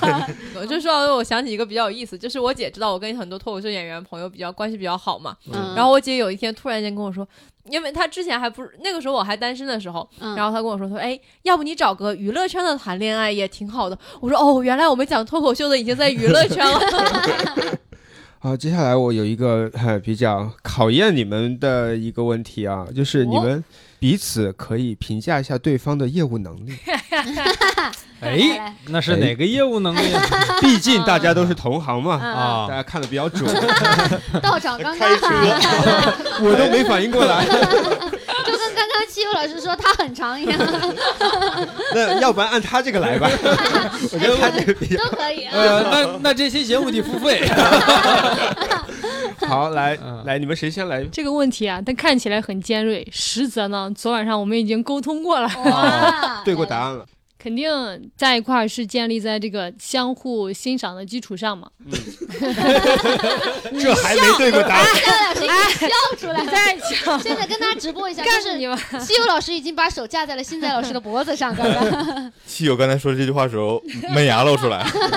我就说到我想起一个比较有意思，就是我姐知道我跟很多脱口秀演员朋友比较关系比较好嘛，嗯然后我姐有一一天突然间跟我说，因为他之前还不是那个时候我还单身的时候，嗯然后他跟我说，他说哎，要不你找个娱乐圈的谈恋爱也挺好的。我说哦，原来我们讲脱口秀的已经在娱乐圈了。 好，啊接下来我有一个呃比较考验你们的一个问题啊，就是你哦们彼此可以评价一下对方的业务能 力。来哎来，那是哪个业务能 力毕竟大家都是同行嘛，啊， 啊大？家看的比 较准，道长刚刚喊，我都没反应过来。就跟刚刚七佑老师说他很长一样， 那要不然按他这个来 吧，哎我觉得他这个比较都可以啊。呃，那那这期节目得付费。 好。来嗯来，你们谁先来？这个问题啊，但看起来很尖锐，实则呢，昨晚上我们已经沟通过了，哇，对过答案了，肯定在一块儿是建立在这个相互欣赏的基础上嘛。这还没对过答案。漂亮，谁给笑出来？在想现在跟大家直播一下，就干你是吧！七佑老师已经把手架在了新仔老师的脖子上，刚刚 七友刚才说这句话的时候，门牙露出来。刚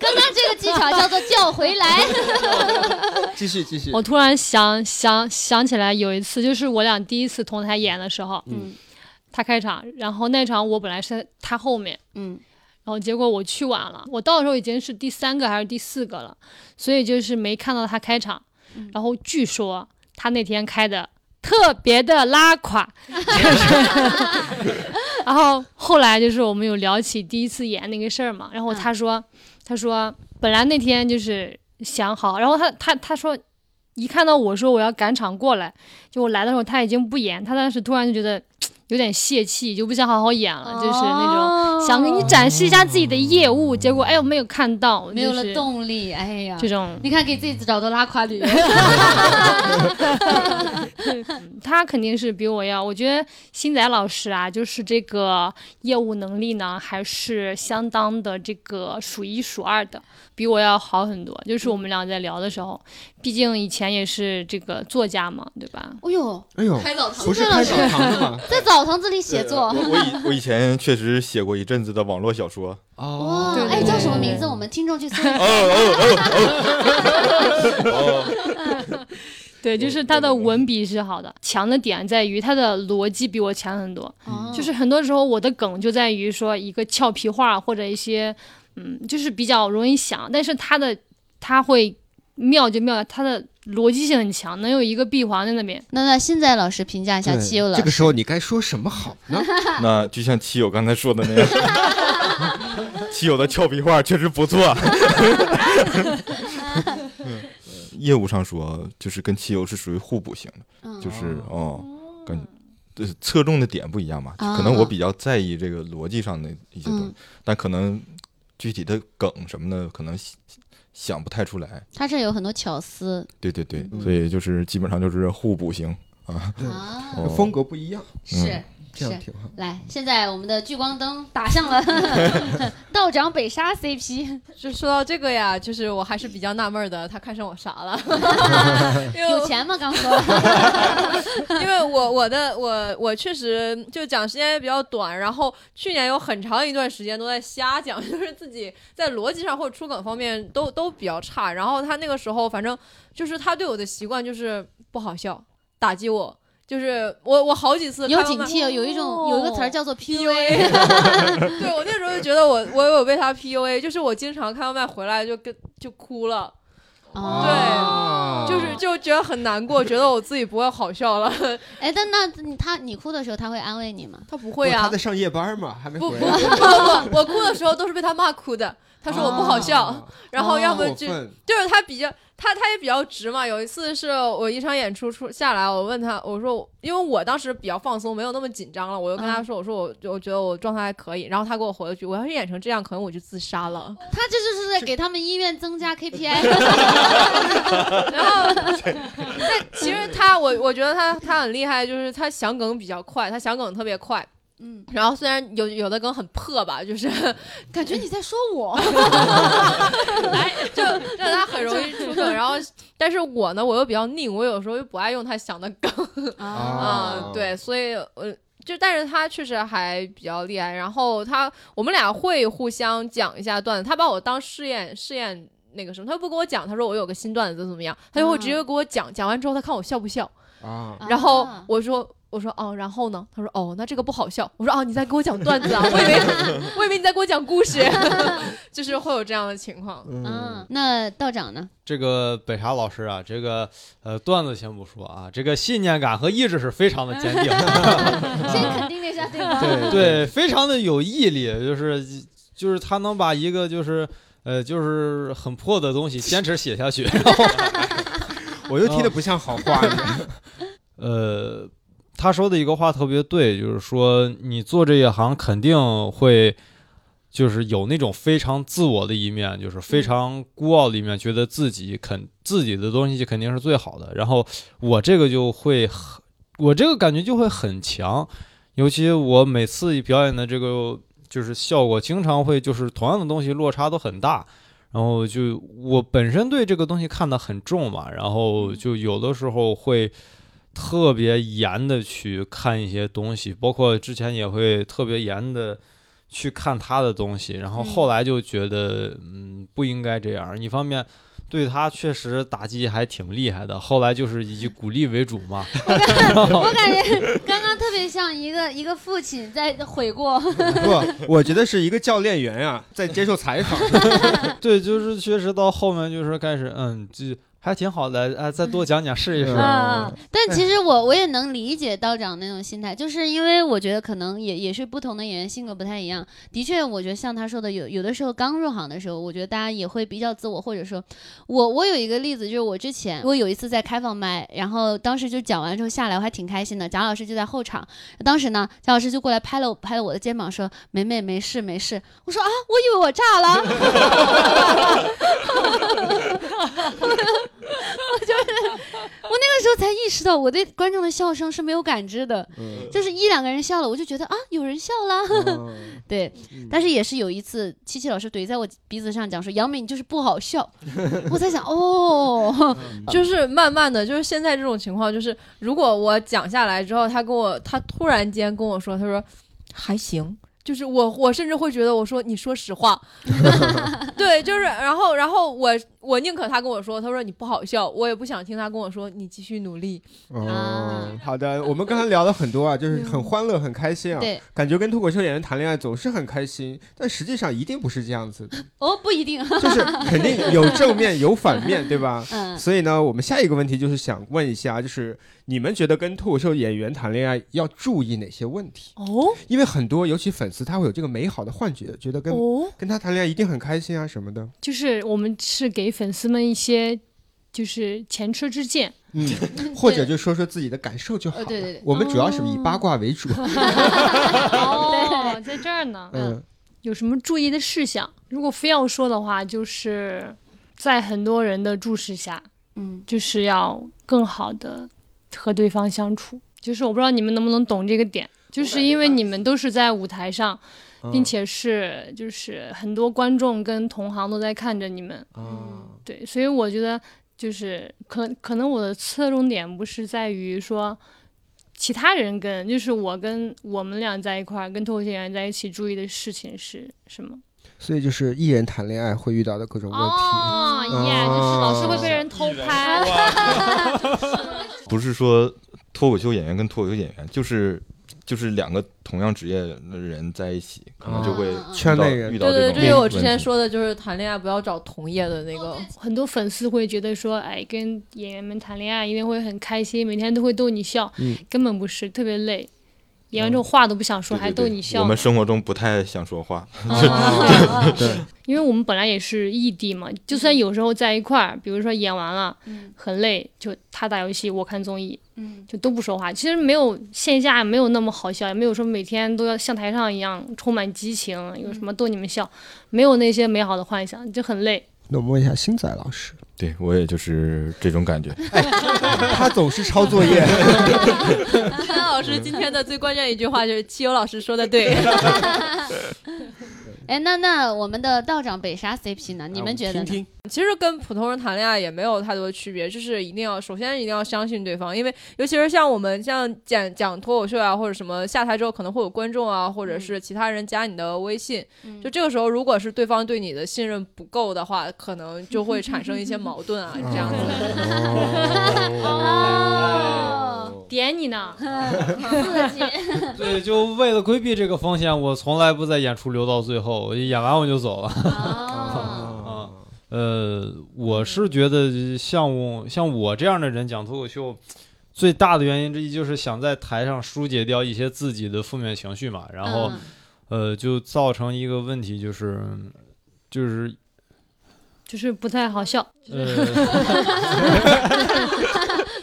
刚这个技巧叫做叫回来。继续继续我，突然想想想起来，有一次就是我俩第一次同台演的时候，嗯他开场，然后那场我本来是在他后面，嗯，然后结果我去晚了，我到的时候已经是第三个还是第四个了，所以就是没看到他开场。然后据说他那天开的特别的拉垮，就是。然后后来就是我们有聊起第一次演那个事儿嘛，然后他说，他说本来那天就是想好，然后他他他说。一看到我说我要赶场过来，就我来的时候他已经不演，他当时突然就觉得有点泄气，就不想好好演了，就是那种种想给你展示一下自己的业务，结果哎呦没有看到，哦没有就了是动力，哎呀这，种，你看给自己找的拉垮理由。他肯定是比我要。我觉得新仔老师啊，就是这个业务能力呢，还是相当的这个数一数二的，比我要好很多。就是我们俩在聊的时候，毕竟以前也是这个作家嘛，对吧？哎呦，哎呦，开澡不是开澡堂的 吗？在澡堂子里写作我。我以我以前确实写过一阵子的网络 小说，哇，哦对对哎，对叫什么名字？我们听众去搜一下。对，就是他的文笔是好的，强的点在于他的逻辑比我强很多。哦就是很多时候我的梗就在于说一个俏皮话或者一些，嗯，就是比较容易想，但是他的他会妙就妙在他的逻辑性很强，能有一个闭环在那边。那那现在老师评价一下对七佑老这个师。时候你该说什么好呢？那就像七友刚才说的那样，七友的俏皮话确实不错。嗯业务上说，就是跟七友是属于互补型的，嗯就是哦，感对侧重的点不一样嘛。啊可能我比较在意这个逻辑上的一些东西，嗯但可能具体的梗什么的，可能想想不太出来。他这有很多巧思对对对，嗯所以就是基本上就是互补型。啊，哦、风格不一样，是嗯这是样。挺好。来，现在我们的聚光灯打向了 道长北沙 CP，就说到这个呀，就是我还是比较纳闷儿的，他看上我啥了？ 因为我有钱吗？刚说因为我我的我我确实就讲时间也比较短，然后去年有很长一段时间都在瞎讲， 就是自己在逻辑上或者出梗方面都都比较差。然后他那个时候，反正就是他对我的习惯就是不好笑，打击我，就是我我好几次有看到警他哦惕，啊有一 种有一个词儿叫做 PUA， PUA，对我那时候就觉得我我有被他 PUA，就是我经常看到麦回来就跟就哭了，啊哦就是就觉得很难过，觉得我自己不会好笑了。 哎，但那你他你哭的时候，他会安慰你吗？他不会啊，他在上夜班嘛，还没不不回不来。不， 我哭的时候都是被他骂哭的。他说我不好 笑，啊，然后要哦过么就、分就是他比较他他也比较直嘛。有一次是我一场演出出下来，我问他我说因为我当时比较放松，没有那么紧张了，我就跟他说、我说我我觉得我状态还可以。然后他给我回了句我要是演成这样，可能我就自杀了。他这就是在给他们医院增 加 KPI，然后但其实他我我觉得他他很厉害，就是他想梗比较快，他想梗特别快。嗯，然后虽然有有的梗很破吧，就是感觉你在说我， 就让 他很容易出梗。然后，但是我呢，我又比较拧，我有时候又不爱用他想的梗嗯啊、哦对，所以呃，就但是他确实还比较厉害。然后他我们俩会互相讲一下段子，他把我当试验试验那个什么，他又不跟我讲，他说我有个新段子怎么样，他就会直接给我讲，讲完之后他看我笑不笑，啊，然后啊我说。我说哦，然后呢？他说哦，那这个不好笑。我说哦，你在给我讲段子啊？我以为 我以为你在给我讲故事， 就是会有这样的情况。嗯，那道长呢？这个北茶老师啊，这个呃段子先不说啊，这个信念感和意志是非常的坚定，先肯定了一下对方。对对，非常的有毅力，就是就是他能把一个就是呃就是很破的东西坚持写下去，然后我又听得不像好 话一样。呃，他说的一个话特别对，就是说你做这一行肯定会，就是有那种非常自我的一面，就是非常孤傲的一面，觉得自己肯自己的东西肯定是最好的。然后我这个就会很，我这个感觉就会很强，尤其我每次表演的这个就是效果，经常会就是同样的东西落差都很大。然后就我本身对这个东西看得很重嘛，然后就有的时候会特别严的去看一些东西，包括之前也会特别严的去看他的东西，然后后来就觉得，嗯，不应该这样。一方面对他确实打击还挺厉害的，后来就是以鼓励为主嘛。我感觉刚刚特别像一个一个父亲在悔过，不，我觉得是一个教练员啊，在接受采访。对，就是确实到后面就是开始，嗯，这还挺好的，哎，再多讲讲试嗯一试。啊，但其实我我也能理解道长那种心态，就是因为我觉得可能也也是不同的演员性格不太一样。的确，我觉得像他说的，有有的时候刚入行的时候，我觉得大家也会比较自我，或者说我我有一个例子，就是我之前我有一次在开放麦，然后当时就讲完之后下来，我还挺开心的。贾老师就在后场，当时呢，贾老师就过来拍了我拍了我的肩膀说：“梅梅没事没事。”我说啊，我以为我炸了。 我那个时候才意识到，我对观众的笑声是没有感知的， 嗯就是一两个人笑了，我就觉得啊，有人笑啦。嗯对，但是也是有一次，七七老师怼在我鼻子上讲说：“杨梅，你就是不好笑。”我在想，哦，就是慢慢的，就是现在这种情况，就是如果我讲下来之后，他跟我，他突然间跟我说，他说还行，就是我，我甚至会觉得，我说你说实话，对，就是，然后，然后我，我宁可他跟我说，他说你不好笑，我也不想听他跟我说你继续努力。哦啊，好的，我们刚才聊了很多啊，就是很欢乐，很开心啊，对，感觉跟脱口秀演员谈恋爱总是很开心，但实际上一定不是这样子的，哦，不一 定，就是肯定有正面有反面，对吧？嗯，所以呢，我们下一个问题就是想问一下，就是你们觉得跟脱口秀演员谈恋爱要注意哪些问题？哦因为很多，尤其粉丝，他会有这个美好的幻觉，觉得跟、哦，跟他谈恋爱一定很开心啊什么的。就是我们是给粉丝们一些就是前车之鉴， 嗯，或者就说说自己的感受就好了。呃对对对我们主要是以八卦为主。哦，在这儿呢，嗯有什么注意的事项？如果非要说的话，就是在很多人的注视下，嗯，就是要更好的和对方相处。就是我不知道你们能不能懂这个点，就是因为你们都是在舞台上，嗯，并且是就是很多观众跟同行都在看着你们，啊，对，所以我觉得就是可可能我的侧重点不是在于说其他人跟，就是我跟我们俩在一块儿，跟脱口秀演员在一起注意的事情是什么？所以就是艺人谈恋爱会遇到的各种问题。哦耶，就是老是会被人偷拍，不是说脱口秀演员跟脱口秀演员，就是就是两个同样职业的人在一起，可能就会嗯嗯哦嗯圈内遇人，到对遇到这对，种这是我问之前题说的，就是谈恋爱不要找同业的那个。很多粉丝会觉得说，哎，跟演员们谈恋爱一定会很开心，每天都会逗你笑，嗯根本不是，特别累。演完之后话都不想嗯说，对对还对逗你笑呢。啊我们生活中不太想说话， 嗯对，因为我们本来也是异地嘛，就算有时候在一块儿，比如说演完了，嗯很累，就他打游戏，我看综艺， 嗯，就都不说话。其实没有线下没有那么好笑，也没有说每天都要像台上一样充满激情，有什么逗你们笑，没有那些美好的幻想，就很累。那我们问一下星仔老师，对我也就是这种感觉。他总是抄作业。潘老师今天的最关键一句话就是：“七友老师说的对。哎，那那我们的道长北沙 CP 呢？你们觉得啊听呢？听其实跟普通人谈恋爱也没有太多区别，就是一定要首先一定要相信对方，因为尤其是像我们像讲讲脱口秀啊，或者什么下台之后可能会有观众啊，或者是其他人加你的微信，嗯就这个时候如果是对方对你的信任不够的话，可能就会产生一些矛盾嗯啊，这样子。哦，点你呢，刺激，对，就为了规避这个风险，我从来不在演出留到最后，我演完我就走了。 哦，啊，呃，我是觉得像我像我这样的人讲脱口秀，最大的原因之一就是想在台上疏解掉一些自己的负面情绪嘛，然后、嗯呃，就造成一个问题就是就是就是不太好笑。呃，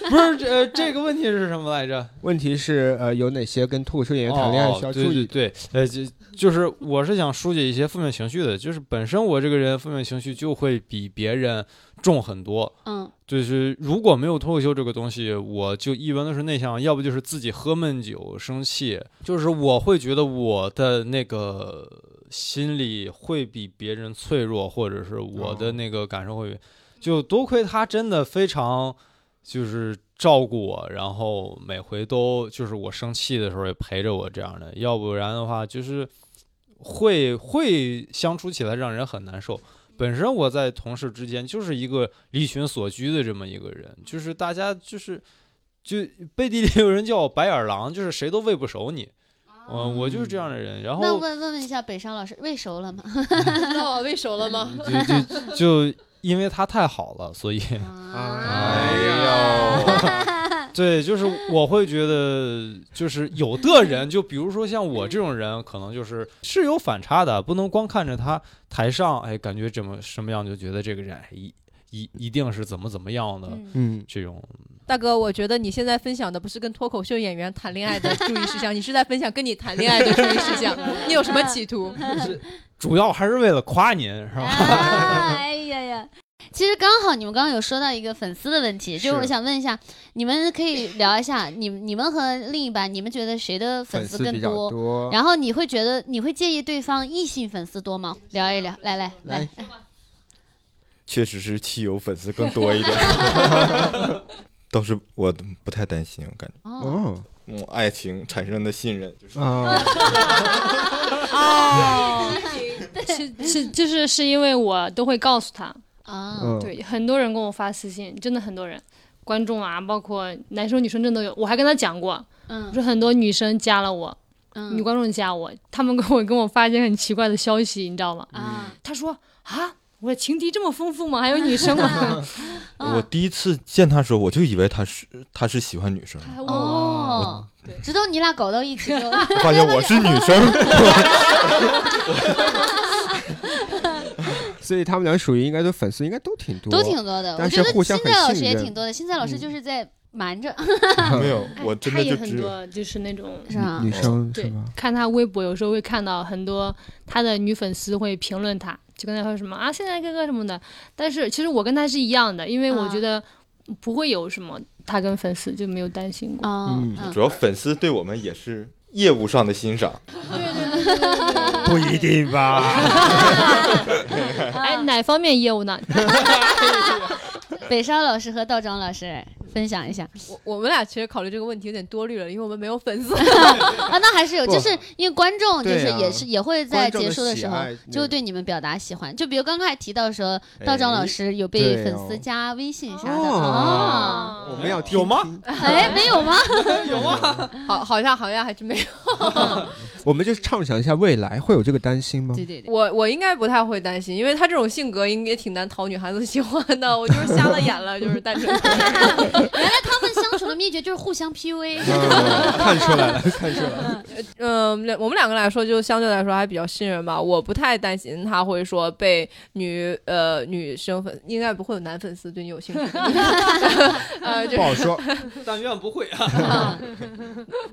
不是这、呃、这个问题是什么来着？问题是呃，有哪些跟脱口秀演员谈恋爱需要注意哦、对对对，呃，就就是我是想疏解一些负面情绪的，就是本身我这个人负面情绪就会比别人重很多。嗯就是如果没有脱口秀这个东西，我就一般都是内向，要不就是自己喝闷酒生气，就是我会觉得我的那个心理会比别人脆弱，或者是我的那个感受会比，就多亏他真的非常就是照顾我，然后每回都就是我生气的时候也陪着我这样的，要不然的话就是会会相处起来让人很难受。本身我在同事之间就是一个离群索居的这么一个人，就是大家就是就背地里有人叫我白眼狼，就是谁都喂不熟你，嗯、我就是这样的人。然那后问问问一下北沙老师，喂熟了吗？ 那我喂熟了嗯吗？就就就因为他太好了，所以哎呦，对，就是我会觉得，就是有的人，就比如说像我这种人，可能就是是有反差的，不能光看着他台上，哎，感觉怎么什么样，就觉得这个人哎一一一定是怎么怎么样的、嗯嗯，这种。大哥，我觉得你现在分享的不是跟脱口秀演员谈恋爱的注意事项，你是在分享跟你谈恋爱的注意事项。你有什么企图？主要还是为了夸您，是吧？ 啊哎呀呀！其实刚好你们刚刚有说到一个粉丝的问题，就是是我想问一下，你们可以聊一下，你们你们和另一半，你们觉得谁的粉丝比更较多？多。然后你会觉得你会介意对方异性粉丝多吗？聊一聊，嗯来来来来，确实是汽油粉丝更多一点， 倒是我不太担心，我感觉。哦，哦嗯，爱情产生的信任，就是啊，是嗯是，就是是因为我都会告诉他，啊，嗯，对，很多人跟我发私信，真的很多人，观众啊，包括男生女生真的有，我还跟他讲过，我嗯说很多女生加了我，女嗯观众加我，他们跟我跟我发一些很奇怪的消息，你知道吗？啊，他说啊，我的情敌这么丰富吗？还有女生 吗？啊我第一次见他的时候，我就以为他是他是喜欢女 生的，还问嗯我哦，直到你俩搞到一起就，我发现我是女 生，所以他们俩属于应该都粉丝应该都挺多，都挺多的。我但觉是得互相新仔老很师信也任嗯挺多的，新仔老师就是在瞒 着， 没有，我真哎他的也就很只多，就是那种。是吧女？生是对吧？，看他微博有时候会看到很多他的女粉丝会评论他，就跟他说什么啊，现在哥哥什么的。但是其实我跟他是一样的，因为我啊觉得不会有什么，他跟粉丝就没有担心过。哦嗯嗯主要粉丝对我们也是业务上的欣赏，不一定 吧？啊哎，哪方面业务呢？北沙老师和道长老师分享一 下我我们俩其实考虑这个问题有点多虑了，因为我们没有粉丝。啊，那还是有，不就是因为观众就对是啊也是也会在观众结的束的时候喜爱哎就会对你们表达喜欢，就比如刚刚还提到说道长老师有被对粉哦丝加微信啥的哦啊，我们要听有吗听？哎，没有吗？好，好像好像还是没有。我们就畅想一下未来会有这个担心 吗？对对对， 我我应该不太会担心，因为他这种性格应该挺难讨女孩子喜欢的。我就是瞎了眼了，就是单纯。他们相处的秘诀就是互相 PUA，啊看出来了，看出来了。 嗯，两我们两个来说，就相对来说还比较信任吧。我不太担心他会说被女呃女生粉，应该不会有男粉丝对你有兴趣。 呃，就是不好说，但愿不会啊。嗯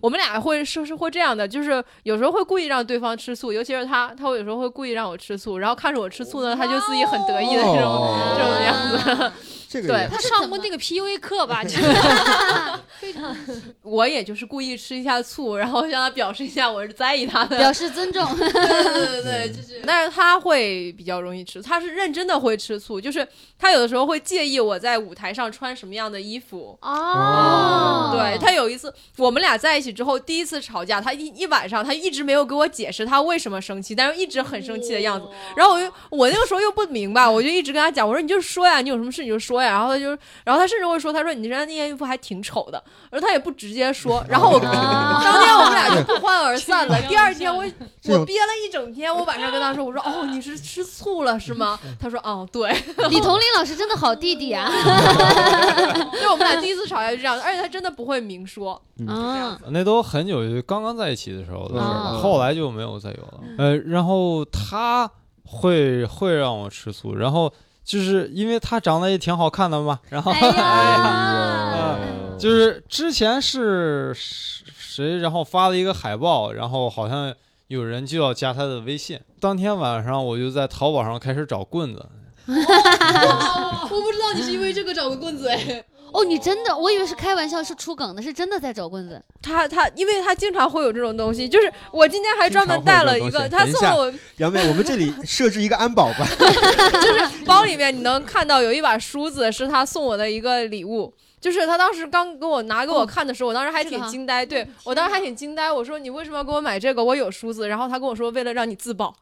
我们俩会是是会这样的，就是有时候会故意让对方吃醋，尤其是他，他会有时候会故意让我吃醋，然后看着我吃醋呢，他就自己很得意的这种、哦这种样子。这个对也他是上怎 过么那个 PUA 课吧？就是非常我也就是故意吃一下醋， 然后向他表示一下我是在意他的。表示尊重。 对对对，就是，但是他会比较容易吃，他是认真的会吃醋，就是他有的时候会介意我在舞台上穿什么样的衣服。哦，对他有一次，我们俩在一起之后第一次吵架，他一一晚上他一直没有给我解释他为什么生气，但是一直很生气的样子。哦然后我就我那个时候又不明白，我就一直跟他讲，我说你就说呀，你有什么事你就说呀。然后他就，然后他甚至会说，他说你身上那件衣服还挺丑的，而他也不直接说。然后我、哦当天我们俩就不欢而散 了。第二天我这我种憋了一整天，我晚上跟他说，我说哦你是吃醋了是 吗？他说哦对，李彤林老师真的好弟弟啊！就我们俩第一次吵架就这样，而且他真的不会明说。嗯，那都很久，就刚刚在一起的时候的事儿了，嗯后来就没有再有了。呃，然后他会会让我吃醋，然后就是因为他长得也挺好看的嘛，然后、哎呀哎呀，就是之前是谁，然后发了一个海报，然后好像有人就要加他的微信。当天晚上我就在淘宝上开始找棍子，哦我不知道你是因为这个找个棍子哎。哦，你真的，我以为是开玩笑，是出梗的，是真的在找棍子。他他，因为他经常会有这种东西，就是我今天还专门带了一个，经常他会有这种东西送了我杨梅，我们这里设置一个安保吧。包里面，你能看到有一把梳子，是他送我的一个礼物。就是他当时刚给我拿给哦我看的时候，我当时还这挺个啊惊呆，对我当时还挺惊呆。我说你为什么要给我买这个？我有梳子。然后他跟我说为了让你自保，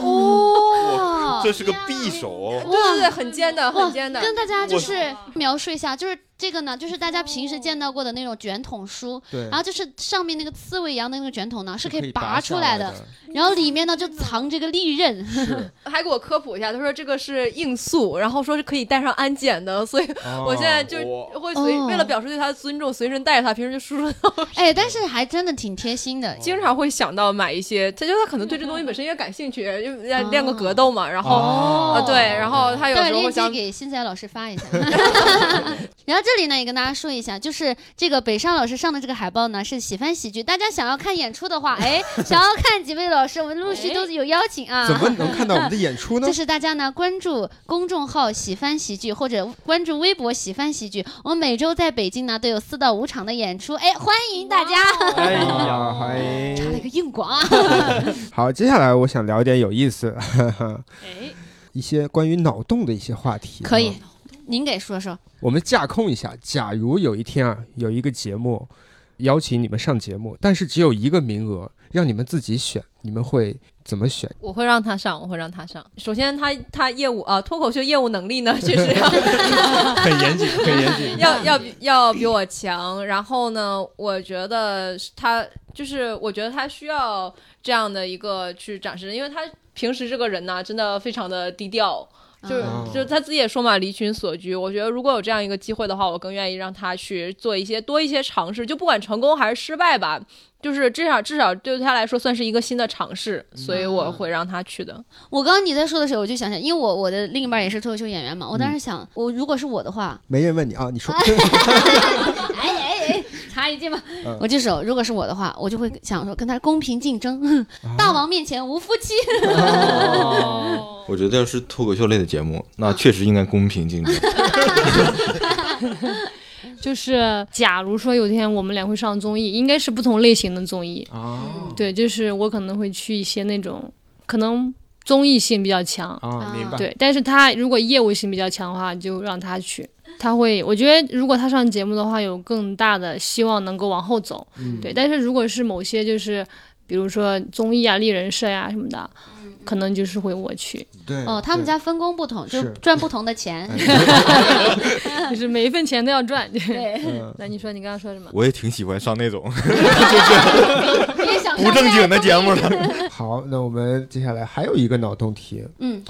哦， 这是个匕首，哦对对对，很尖的，很尖的。跟大家就是描述一下，就是这个呢，就是大家平时见到过的那种卷筒书，对然后就是上面那个刺猬一样的那个卷筒呢，嗯是可可以以拔出出来的的，，然后里面呢就藏啊这个利 刃。还给我科普一下，他说这个是硬塑，然后说是可以带上安检的，所以 哦我现在就哇会随、哦为了表示对他的尊重，随身带着它，平时就梳梳哎，但是还真的挺贴心的。经常会想到买一些，他就他可能对这东西本身也感兴趣，就练哦练个格斗嘛，然后。哦啊，对，然后哦他有待会时儿候会链接想，给新仔老师发一 下。 然后这里呢也跟大家说一下，就是这个北上老师上的这个海报呢是喜欢喜剧，大家想要看演出的话，哎，想要看几位老师，我们陆哎续都有邀请啊。怎么能看到我们的演出呢就？是大家呢关注公众号“喜翻喜剧”或者关注微博“喜翻喜剧”，我们每周在北京呢都有四到五场的演出，哎，欢迎大家！哎呀，啊，欢插了迎。个硬广啊，好，接下来我想聊点有 意思，哎， 一些关于脑洞的一些话题。啊可以，您给说说。我们架空一下，假如有一天啊，有一个节目邀请你们上节目，但是只有一个名额，让你们自己选，你们会怎么选？我会让他上，我会让他上。首先他，他业务啊，脱口秀业务能力呢， 确实要很严谨，很严谨。 要要比要比我强。然后呢，我觉得是他就是，我觉得他需要这样的一个去展示，因为他平时这个人呢、真的非常的低调。就是嗯就是他自己也说嘛，离群索居。我觉得如果有这样一个机会的话，我更愿意让他去做一些多一些尝试，就不管成功还是失败吧，就是至少至少对他来说算是一个新的尝试，所以我会让他去的。我刚刚你在说的时候，我就想想，因为我我的另一半也是脱口秀演员嘛，我当嗯时想，我如果是我的话， 没人问你啊，你说哎哎哎，插一句吧嗯，我这时候如果是我的话，我就会想说跟他公平竞争，啊大王面前无夫妻。我觉得要是脱口秀类的节目，那确实应该公平 竞争。 就是假如说有一天我们俩会上综艺，应该是不同类型的综艺。啊对，就是我可能会去一些那种可能综艺性比较强，啊，明白。对，但是他如果业务性比较强的话，就让他去。他会，我觉得如果他上节目的话，有更大的希望能够往后走。嗯对，但是如果是某些就是，比如说综艺啊、丽人社呀、什么的，可能就是会我去，对哎哦，他们家分工不同，就是赚不同的钱。就是每一份钱都要赚。对，对 嗯那你说你刚刚说什么？我也挺喜欢上那 种也想不正经的节目了。好，那我们接下来还有一个脑洞题，嗯，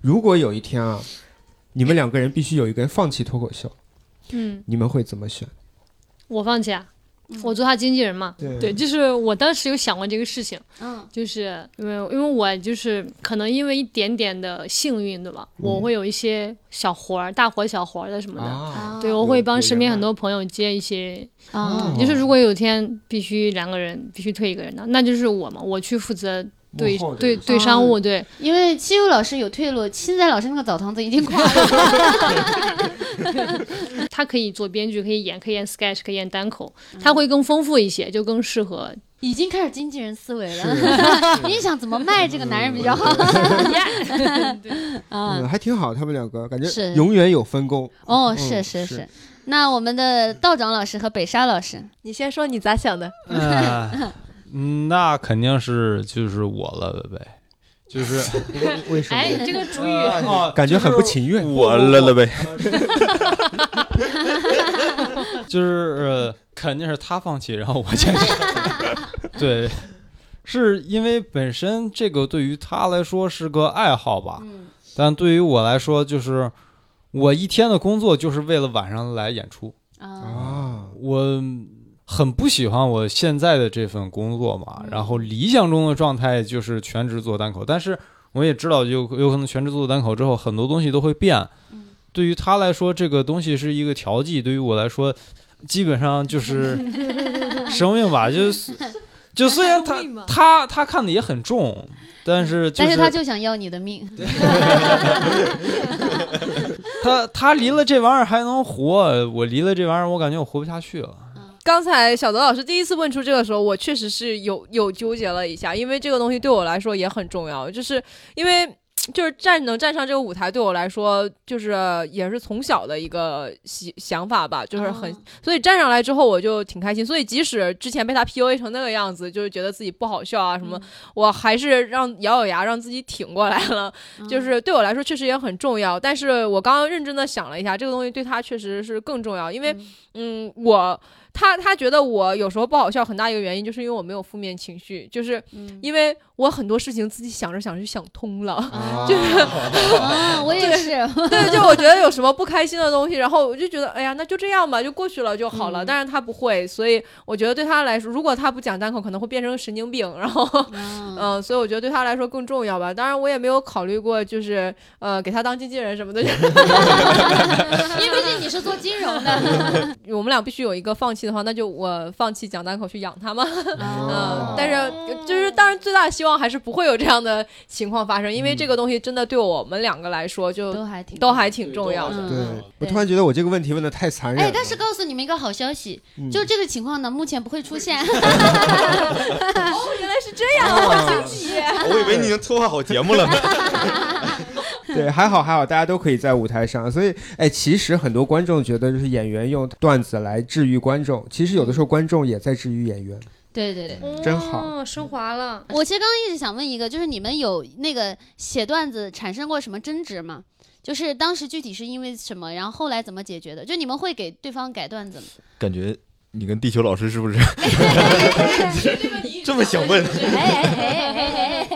如果有一天啊，你们两个人必须有一个人放弃脱口秀，嗯，你们会怎么选？我放弃啊，我做他经纪人嘛。对对，就是我当时有想过这个事情，嗯就是因为因为我就是可能因为一点点的幸运，对吧？我会有一些小活儿、大活儿小活儿的什么的。啊，对，我会帮身边很多朋友接一些，啊哦就是如果有一天必须两个人必须退一个人的，那就是我嘛，我去负责对幕后的对人对商务对，因为七优老师有退路，现在老师那个澡堂子已经垮 了。他可以做编剧，可以演，可以演 sketch，可以演单口，他会更丰富一些，就更适合。已经开始经纪人思维是 啊了，你想怎么卖这个男人比较 好？啊， 嗯，还挺好，他们两个感觉是永远有分工。哦，嗯是是是是。那我们的道长老师和北沙老师，你先说你咋想的？嗯， 嗯那肯定是就是我了呗， 就是为什么？ 哎，这个主语呃哦感觉很不就是情愿。 我了了呗，就是、呃、肯定是他放弃，然后我坚持。 对，是因为本身这个对于他来说是个爱好啊吧，嗯，但对于我来说，就是我一天的工作就是为了晚上来演出。啊，啊，我很不喜欢我现在的这份工作嘛，嗯然后理想中的状态就是全职做单口，但是我也知道有有可能全职做单口之后很多东西都会变嗯。对于他来说，这个东西是一个调剂；对于我来说，基本上 就是生命吧。就是就虽然他生命嘛他他看的也很重，但是就嗯但是是他就想要你的 命，他他离了这玩意儿还能活，我离了这玩意儿，我感觉我活不下去了。刚才小德老师第一次问出这个时候，我确实是有有纠结了一下，因为这个东西对我来说也很重要，就是因为就是站能站上这个舞台对我来说，就是也是从小的一个想想法吧，就是很、哦所以站上来之后我就挺开心，所以即使之前被他 PUA 成那个样子，就是觉得自己不好笑啊什么，我还是让咬咬牙让自己挺过来了，嗯嗯就是对我来说确实也很重要，但是我刚刚认真的想了一下，这个东西对他确实是更重要，因为嗯，我他他觉得我有时候不好笑，很大一个原因就是因为我没有负面情绪，就是嗯因为我很多事情自己想着想着就想 通了。啊就是啊，我也是，对，就我觉得有什么不开心的东西，然后我就觉得，哎呀，那就这样吧，就过去了就好了。嗯但是他不会，所以我觉得对他来说，如果他不讲单口，可能会变成神经病。然后，嗯， 哦嗯、所以我觉得对他来说更重要吧。当然，我也没有考虑过，就是呃，给他当经纪人什么的。啊因为毕竟你是做金融 的，我们俩必须有一个放弃的话，那就我放弃讲单口去养他嘛。嗯哦， 但是就是，当然最大的希望还是不会有这样的情况发生，因为这个东西真的对我们两个来说就都还挺都还挺重要的。嗯对，我对突然觉得我这个问题问的太残忍了。哎，但是告诉你们一个好消息，嗯就这个情况呢，目前不会出现。原来是这样啊，我惊喜。我以为你已经策划好节目了呢。 对，还好还好，大家都可以在舞台上，所以哎，其实很多观众觉得就是演员用段子来治愈观众，其实有的时候观众也在治愈演员。对对对，真好哦，升华了。我其实刚刚一直想问一个，就是你们有那个写段子产生过什么争执吗？就是当时具体是因为什么，然后后来怎么解决的？就你们会给对方改段子吗？感觉你跟地球老师是不是 这么想 问？哎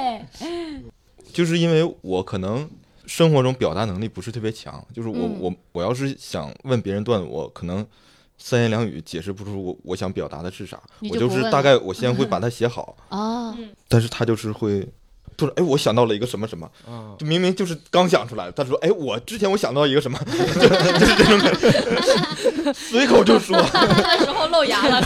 就是因为我可能生活中表达能力不是特别强，就是我、嗯我我要是想问别人段子，我可能三言两语解释不出我我想表达的是啥，你我就就不是问大了概我先会把它 写好，哦，但是他就是会。突然，哎，我想到了一个什么什么，啊，就明明就是刚想出来的。他说，哎，我之前我想到一个什么， 就 就是这种感觉，随口就说。那时候露牙了，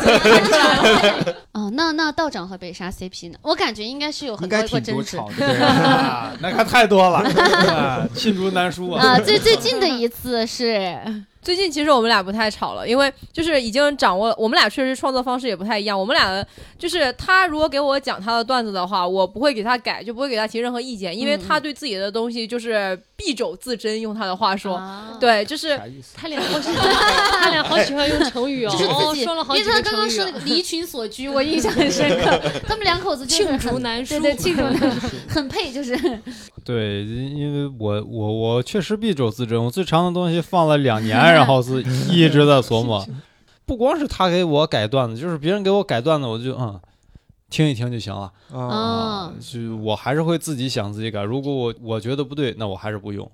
哦，那那道长和北沙 CP 呢？我感觉应该是有应很该多过挺多争执吵啊、 的。啊， 那可太多 了，啊罄竹难书啊！ 最最近的一次是，最近其实我们俩不太吵了，因为就是已经掌握，我们俩确实创作方式也不太一样。我们俩就是他如果给我讲他的段子的话，我不会给他改，就不会给他提任何意见，因为嗯嗯他对自己的东西就是敝帚自珍，用他的话说，啊，对，就是啥意思？他俩好喜欢，他俩好喜欢用成语哦，就是哦自己，说了好因几为他个刚刚成语说那啊。个离群所居，我印象很深刻，他们两口子就是罄很竹难书，对对，罄竹难 书，很配，就是对，因因为我我我确实敝帚自珍，我最长的东西放了两年，然后 是一直在琢磨。不光是他给我改段子，就是别人给我改段子，我就嗯听一听就行了。啊，啊就我还是会自己想自己改。如果我我觉得不对，那我还是不用。哦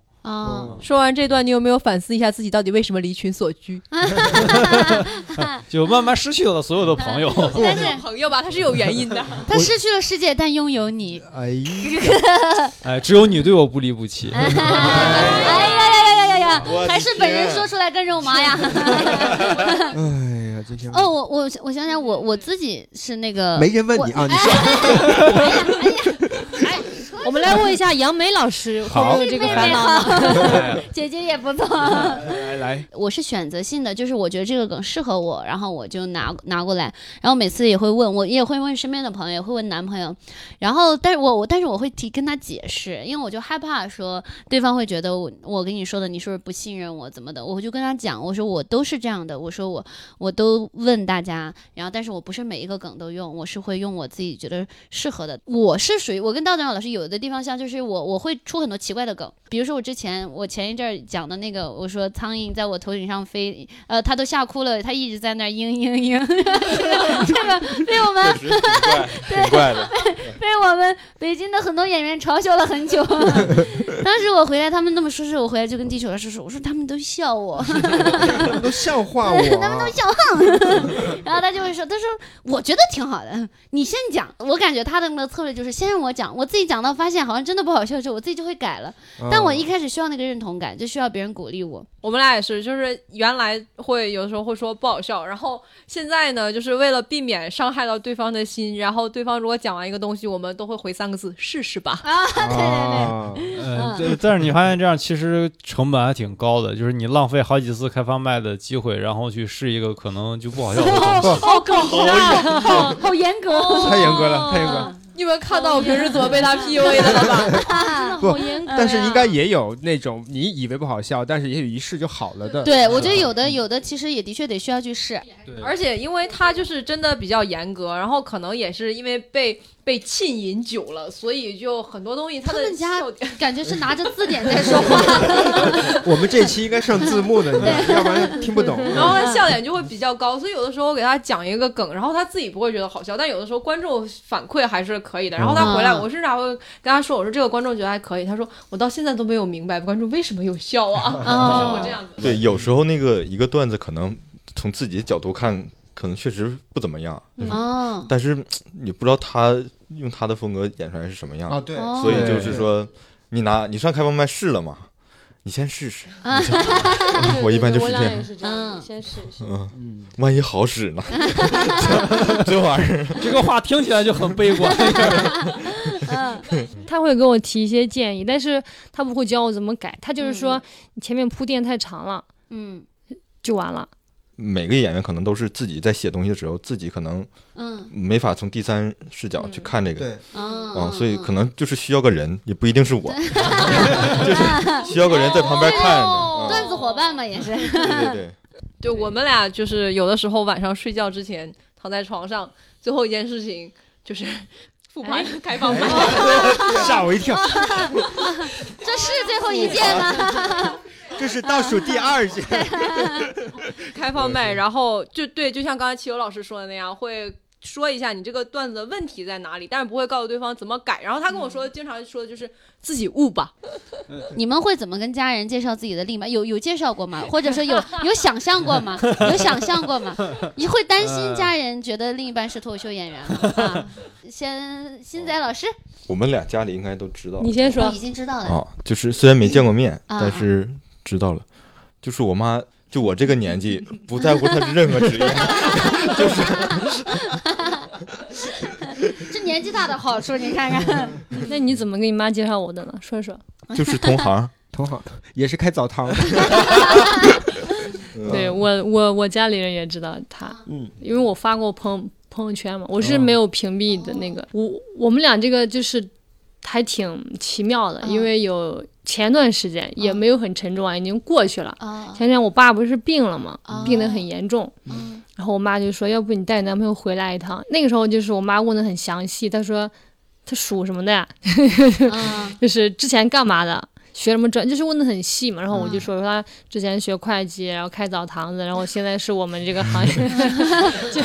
啊，嗯说完这段，你有没有反思一下自己到底为什么离群所居？啊就慢慢失去了所有的 朋友。但是朋友吧，他是有原因 的。他失去了世界，但拥有 你。哎 哎，只有你对我不离不弃。哎呀呀呀呀呀我呀！的还是本人说出来更肉麻呀。哎呀，这些哦，我啊我我想想，我我自己是那个哎没人问你啊，你说我们来问一下杨梅老师，会不会有这个烦恼呢？ 姐姐也不错。来来，我是选择性的，就是我觉得这个梗适合我，然后我就拿拿过来，然后每次也会问，我也会问身边的朋友，也会问男朋友，然后但是我我但是我会提跟他解释，因为我就害怕说对方会觉得我我跟你说的你是不是不信任我怎么的，我就跟他讲，我说我都是这样的，我说我我都问大家，然后但是我不是每一个梗都用，我是会用我自己觉得适合的，我是属于我跟道长老师有的地方像，就是我我会出很多奇怪的梗，比如说我之前我前一阵儿讲的那个，我说苍蝇在我头顶上飞，呃，他都吓哭了，他一直在那儿嘤嘤嘤，这个被我们确实挺怪，挺怪的。被我们北京的很多演员嘲笑了很久。当时我回来，他们那么说，是我回来就跟地球老师说，我说他们都笑我，他们都笑 话我，啊他们都笑胖。然后他就会说，他说我觉得挺好的，你先讲。我感觉他的那个策略就是先让我讲，我自己讲到发现好像真的不好笑之后，我自己就会改了。嗯但我一开始需要那个认同感，就需要别人鼓励我。我们俩也是，就是原来会有时候会说不好笑，然后现在呢，就是为了避免伤害到对方的心，然后对方如果讲完一个东西，我们都会回三个字“试试吧啊，对对对。啊呃，对但是你发现这样其实成本还挺高的，就是你浪费好几次开放麦的机会，然后去试一个可能就不好笑的梗。 好狗啊，哦好好严格。太严格了，太严格哦了。”。你们看到我平时怎么被 他 PUA 的了吧？不好嗯严格呀，但是呃应该也有那种你以为不好笑，但是也许一试就好了 的。对，我嗯觉得有的有的其实也的确得需要去试，对而且因为他就是真的比较严格，然后可能也是因为被被浸淫久了，所以就很多东西他他的们家笑点感觉是拿着字典在说话。我们这期应该上字幕的，你 要不然听不懂。哦然后他笑点就会比较高，所以有的时候我给他讲一个梗，然后他自己不会觉得好笑，但有的时候观众反馈还是可以的。然后他回来，嗯我甚至还会跟他说：“我说这个观众觉得还可以。”他说：“我到现在都没有明白观众为什么有笑嗯 啊。”就是我这样子。对，有时候那个一个段子可能从自己角度看，可能确实不怎么样， 哦，但是你不知道他用他的风格演出来是什么样，啊，对哦所以就是说，你拿你上开放麦试了吗？你先试试，你先我一般就是这样，是这样嗯先试一试。嗯，嗯，万一好使呢？这玩意儿，这个话听起来就很悲观。嗯，他会给我提一些建议，但是他不会教我怎么改，他就是说你前面铺垫太长了嗯就完了。每个演员可能都是自己在写东西的时候，自己可能嗯没法从第三视角去看这个。嗯啊、所以可能就是需要个人，也不一定是我，就是需要个人在旁边看着。啊嗯段子伙伴嘛也 是，对对对，对我们俩就是有的时候晚上睡觉之前躺在床上，最后一件事情就是 复哎盘开哦放麦。哎吓我一跳，这是最后一件吗？ 这是倒数第 二件。开放麦，然后就对，就像刚才齐友老师说的那样，会说一下你这个段子的问题在哪里，但是不会告诉对方怎么改。然后他跟我说，经常说的就是自己悟吧，你们会怎么跟家人介绍自己的另一半？有有介绍过吗？或者说有有想象过吗？有想象过吗？你会担心家人觉得另一半是脱口秀演员吗？啊，先新仔老师，我们俩家里应该都知道你先说我已，经知道了。啊，就是虽然没见过面，呃啊但是知道了。就是我妈，就我这个 年纪，不在乎她是任何职业。这年纪大的好处，你看 看。 那你怎么跟你妈介绍我的呢？说说。就是同行，同行也是开澡堂，对我，我我家里人也知道他，嗯，因为我发过朋友朋友圈嘛，我是没有屏蔽的那个。我我们俩这个就是还挺奇妙的，嗯因为有前段时间也没有很沉重啊，已经过去了。啊哦前天我爸不是病了嘛，哦病得很严重，嗯然后我妈就说，要不你带你男朋友回来一趟。那个时候就是我妈问的很详细，她说他属什么的呀，啊就是之前干嘛的，学什么专，就是问的很细嘛。然后我就嗯说他之前学会计，然后开澡堂子，然后现在是我们这个行 业。这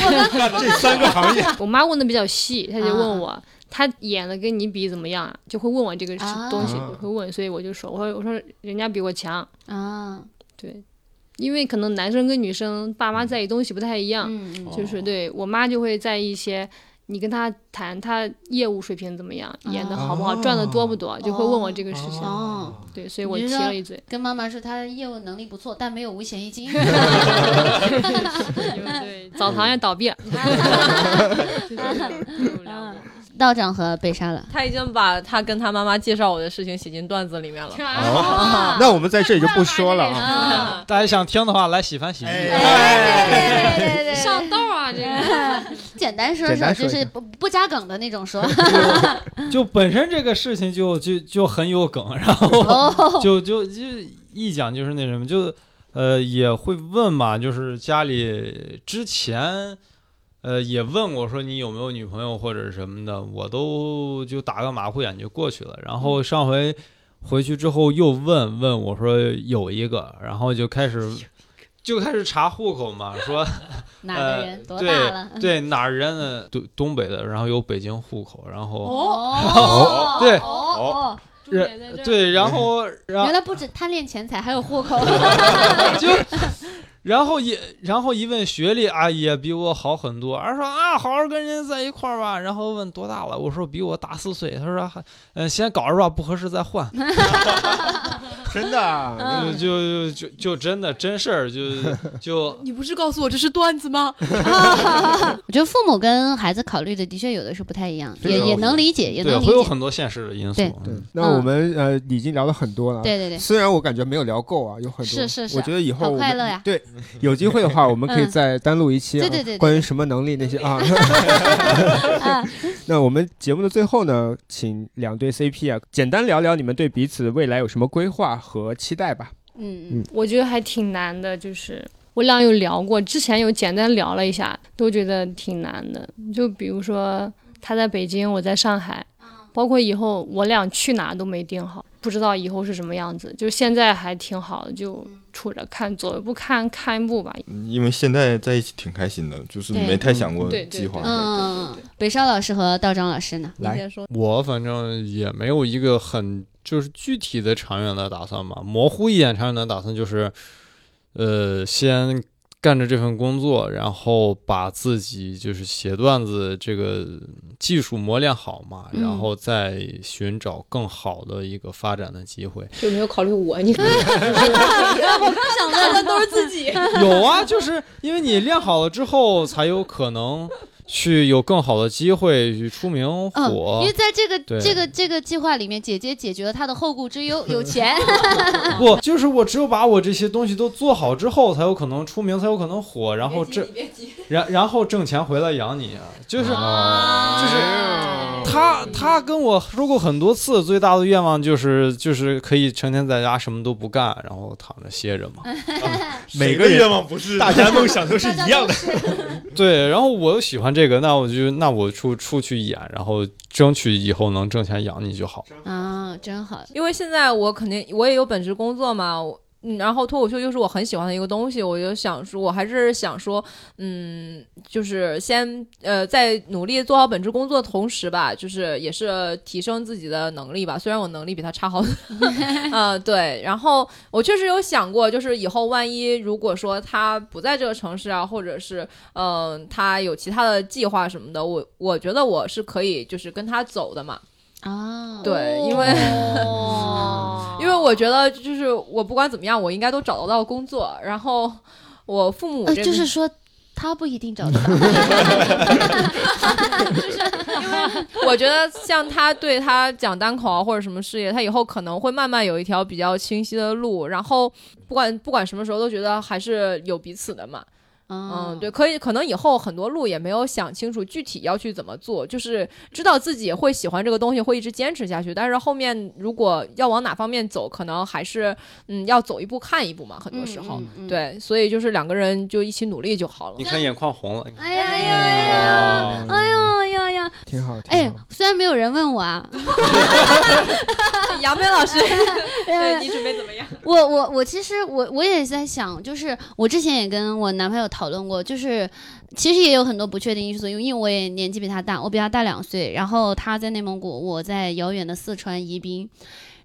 三个行业我妈问的比较细，她就问我。她演的跟你比怎么样啊？就会问我这个是啊东西，会问，所以我就说，我说我说人家比我强，啊，对，因为可能男生跟女生爸妈在意东西不太一样，嗯就是对我妈就会在意一些，你跟她谈她业务水平怎么样，演的好不好，赚的多不多，就会问我这个事情。哦，对，所以我你提知道了一嘴。跟妈妈说她业务能力不错，但没有五险一金。对，澡堂也倒闭了。 道长和北沙了。 他已经把他跟他妈妈介绍我的事情写进段子里面了。哦，那我们在这里就不说了啊。啊， 大家想听的话，来喜翻喜剧。哎对对对对对上道啊，这个 简单说简说，单说就一下是不不加梗的那种说。就本身这个事情就就就很有梗，然后哦，就就就一讲就是那什么，就呃也会问嘛，就是家里之前呃也问我说你有没有女朋友或者什么的，我都就打个马虎眼就过去了。然后上回回去之后又问问我说有一个，然后就开始就开始查户口嘛，说哪个人多对大了？ 对哪儿人呢？东东北的，然后有北京户口，然后。哦对哦，重点在这儿对，然后然原来不止贪恋钱财，还有户口。 就，然后也，然后一问学历啊，也比我好很多。而说啊，好好跟人家在一块儿吧。然后问多大了，我说比我大四岁。他说还，嗯，先搞着吧，不合适再 换。真的啊，就嗯就就就真的真事儿，就 就你不是告诉我这是段子吗？我觉得父母跟孩子考虑的的确有的是不太一样，这也个也我能理解，也对，能理会有解。很多现实的因素对。对嗯，那我们呃已经聊了很多了。对对对，虽然我感觉没有聊够啊，有很多。是是是我觉得以后好我快们乐呀对，有机会的话，我们可以嗯再单录一期、啊对对对对关于什么能力那些 啊。那我们节目的最后呢，请两对 CP 啊，简单聊聊你们对彼此未来有什么规划和期待吧。嗯嗯我觉得还挺难的，就是我俩有聊过，之前有简单聊了一下，都觉得挺难的。就比如说他在北京，我在上海，包括以后我俩去哪都没定好，不知道以后是什么样子。就现在还挺好的，就处着看，走一步看看一步吧。因为现在在一起挺开心的，就是对没太想过对对计划。嗯，嗯北少老师和道长老师呢？你 先说，我反正也没有一个很就是具体的长远的打算吧，模糊一点长远的打算就是，呃，先干着这份工作，然后把自己就是写段子这个技术磨练好嘛，嗯然后再寻找更好的一个发展的机会。就没有考虑我，你想的都是 自己。有啊，就是因为你练好了之后，才有可能去有更好的机会去出名嗯，火。因为在这个对这个这个计划里面，姐姐解决了他的后顾之 忧，有钱。不，就是我只有把我这些东西都做好之后，才有可能出名，才有可能火，然后挣，然然后挣钱回来养你啊。就是就是他他跟我说过很多次，最大的愿望就是就是可以成天在家什么都不干，然后躺着歇 着嘛。每个愿望不是大家梦想 都是一样的，对，然后我又喜欢这个，那我就那我出出去演，然后争取以后能挣钱养你就好。啊，真好。因为现在我肯定我也有本职工作嘛，我嗯，然后脱口秀又是我很喜欢的一个东西，我就想说，我还是想说，嗯，就是先呃，在努力做好本职工作的同时吧，就是也是提升自己的能力吧。虽然我能力比他差好多， 呃，对。然后我确实有想过，就是以后万一如果说他不在这个城市啊，或者是嗯、呃他有其他的计划什么的，我我觉得我是可以就是跟他走的嘛。啊，对，因为。哦因为我觉得就是我不管怎么样，我应该都找得到工作。然后 我父母呃，这边、就是说他不一定找得到。 我觉得像他对他讲单口啊或者什么事业，他以后可能会慢慢有一条比较清晰的路。然后不管不管什么时候都觉得还是有彼此的嘛。哦嗯，对，，可以，可能以后很多路也没有想清楚具体要去怎么做，就是知道自己会喜欢这个东西，会一直坚持下去。但是后面如果要往哪方面走，可能还是嗯要走一步看一步嘛，很多时候。嗯，嗯。对，所以就是两个人就一起努力就好了你。看眼眶红了，哎呀哎呀哎呀！哎呦呀嗯呀！挺好，挺哎好。，虽然没有人问我啊，杨梅老师，呃 对你准备怎么样？我我我其实我我也在想，就是我之前也跟我男朋友讨论过，就是其实也有很多不确定因素，因为因为我也年纪比他大，我比他大两岁，然后他在内蒙古，我在遥远的四川宜宾。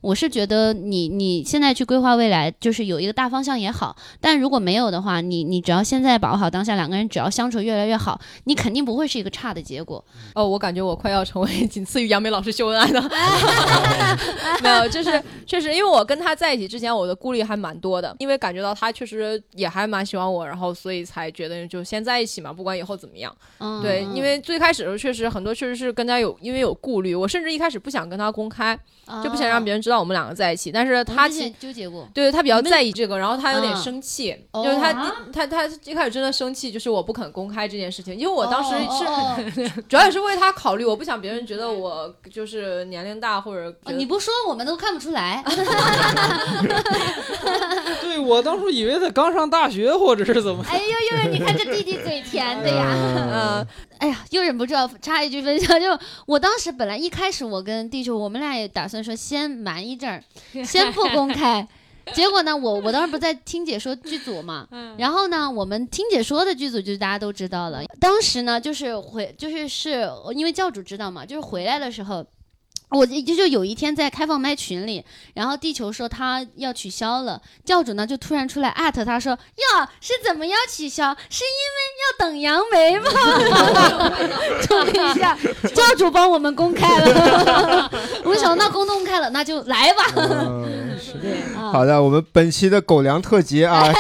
我是觉得你你现在去规划未来，就是有一个大方向也好，但如果没有的话，你你只要现在把握好当下，两个人只要相处越来越好，你肯定不会是一个差的结果。哦，我感觉我快要成为仅次于杨梅老师秀恩爱 的，没有，就是确实，因为我跟他在一起之前，我的顾虑还蛮多的，因为感觉到他确实也还蛮喜欢我，然后所以才决定就先在一起嘛，不管以后怎么样。嗯，对，因为最开始的时候确实很多确实是跟他有因为有顾虑，我甚至一开始不想跟他公开，嗯就不想哦让别人知道我们两个在一起，但啊哦是他他其哦纠结过，对他比较在意这个，然后他有点嗯生气，哦就是他啊他他一开始真的生气，就是我不肯公开这件事情，因为我当时哦是、哦哦主要也是为他考虑，我不想别人觉得我就是年龄大或者觉哦得你不说我们都看不出来。对我当初以为他刚上大学或者是怎么，哎呦，悠悠，你看这弟弟嘴甜的呀。嗯哎呀，又忍不住要插一句分享，就我当时本来一开始我跟地球，我们俩也打算说先瞒一阵儿，先不公开。结果呢，我我当时不在听解说剧组嘛，然后呢，我们听解说的剧组就大家都知道了。当时呢，就是回就是是因为教主知道嘛，就是回来的时候。我就就有一天在开放麦群里，然后地球说他要取消了，教主呢就突然出来艾特他说：“哟，是怎么要取消？是因为要等杨梅吗？” 注意一下，教主帮我们公开 了。我们想，那公公开了，那就来吧。 嗯是啊好的，我们本期的狗粮特辑啊，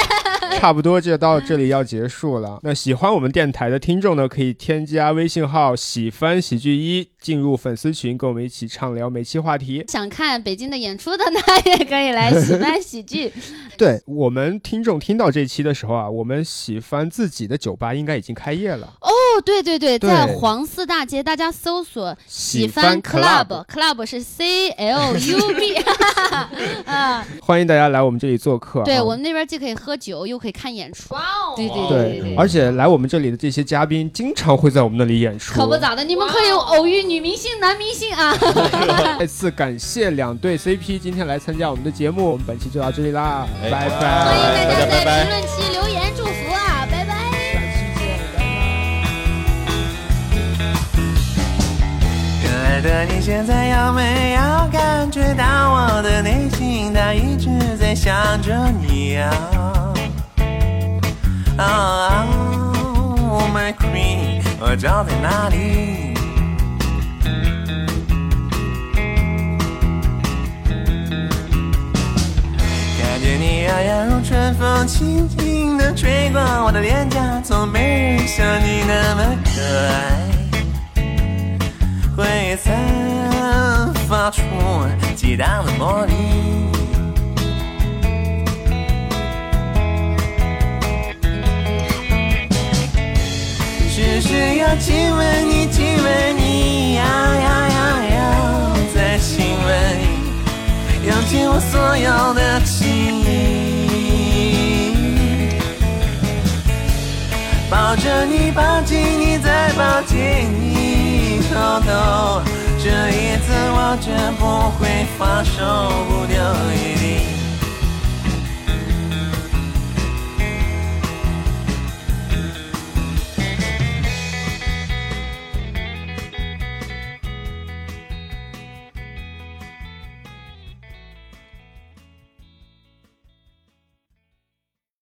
差不多就到这里要结束了。那喜欢我们电台的听众呢，可以添加微信号“喜欢喜剧一”，进入粉丝群，跟我们一起畅聊每期话题。想看北京的演出的呢，也可以来喜欢喜剧。对我们听众听到这期的时候啊，我们喜欢自己的酒吧应该已经开业了。 哦，对对对，对在黄寺大街，大家搜索“喜欢 club”，club 是 C L U B。啊，欢迎大家来我们这里做客啊。对我们那边既可以喝酒，又可以看演出。哇哦对对对对对而且来我们这里的这些嘉宾，经常会在我们那里演出。可不咋的，你们可以偶遇女明星、男明星啊！再次感谢两对 CP 今天来参加我们的节目，我们本期就到这里啦，哎拜拜欢拜迎。大家大家拜在拜评论区留言祝福啊，拜拜。可爱的你现在有没有感觉到我的内心它一直在想着你啊？啊、oh, m y Queen，我找在哪里？感觉你摇摇如春风，轻轻地吹过我的脸颊，从没人像你那么可爱。会散发出激荡的魔力。只是要亲吻你，亲吻你，呀呀呀呀，再亲吻你，用尽我所有的记忆。抱着你，抱紧你，再抱紧你，偷偷，这一次我绝不会放手。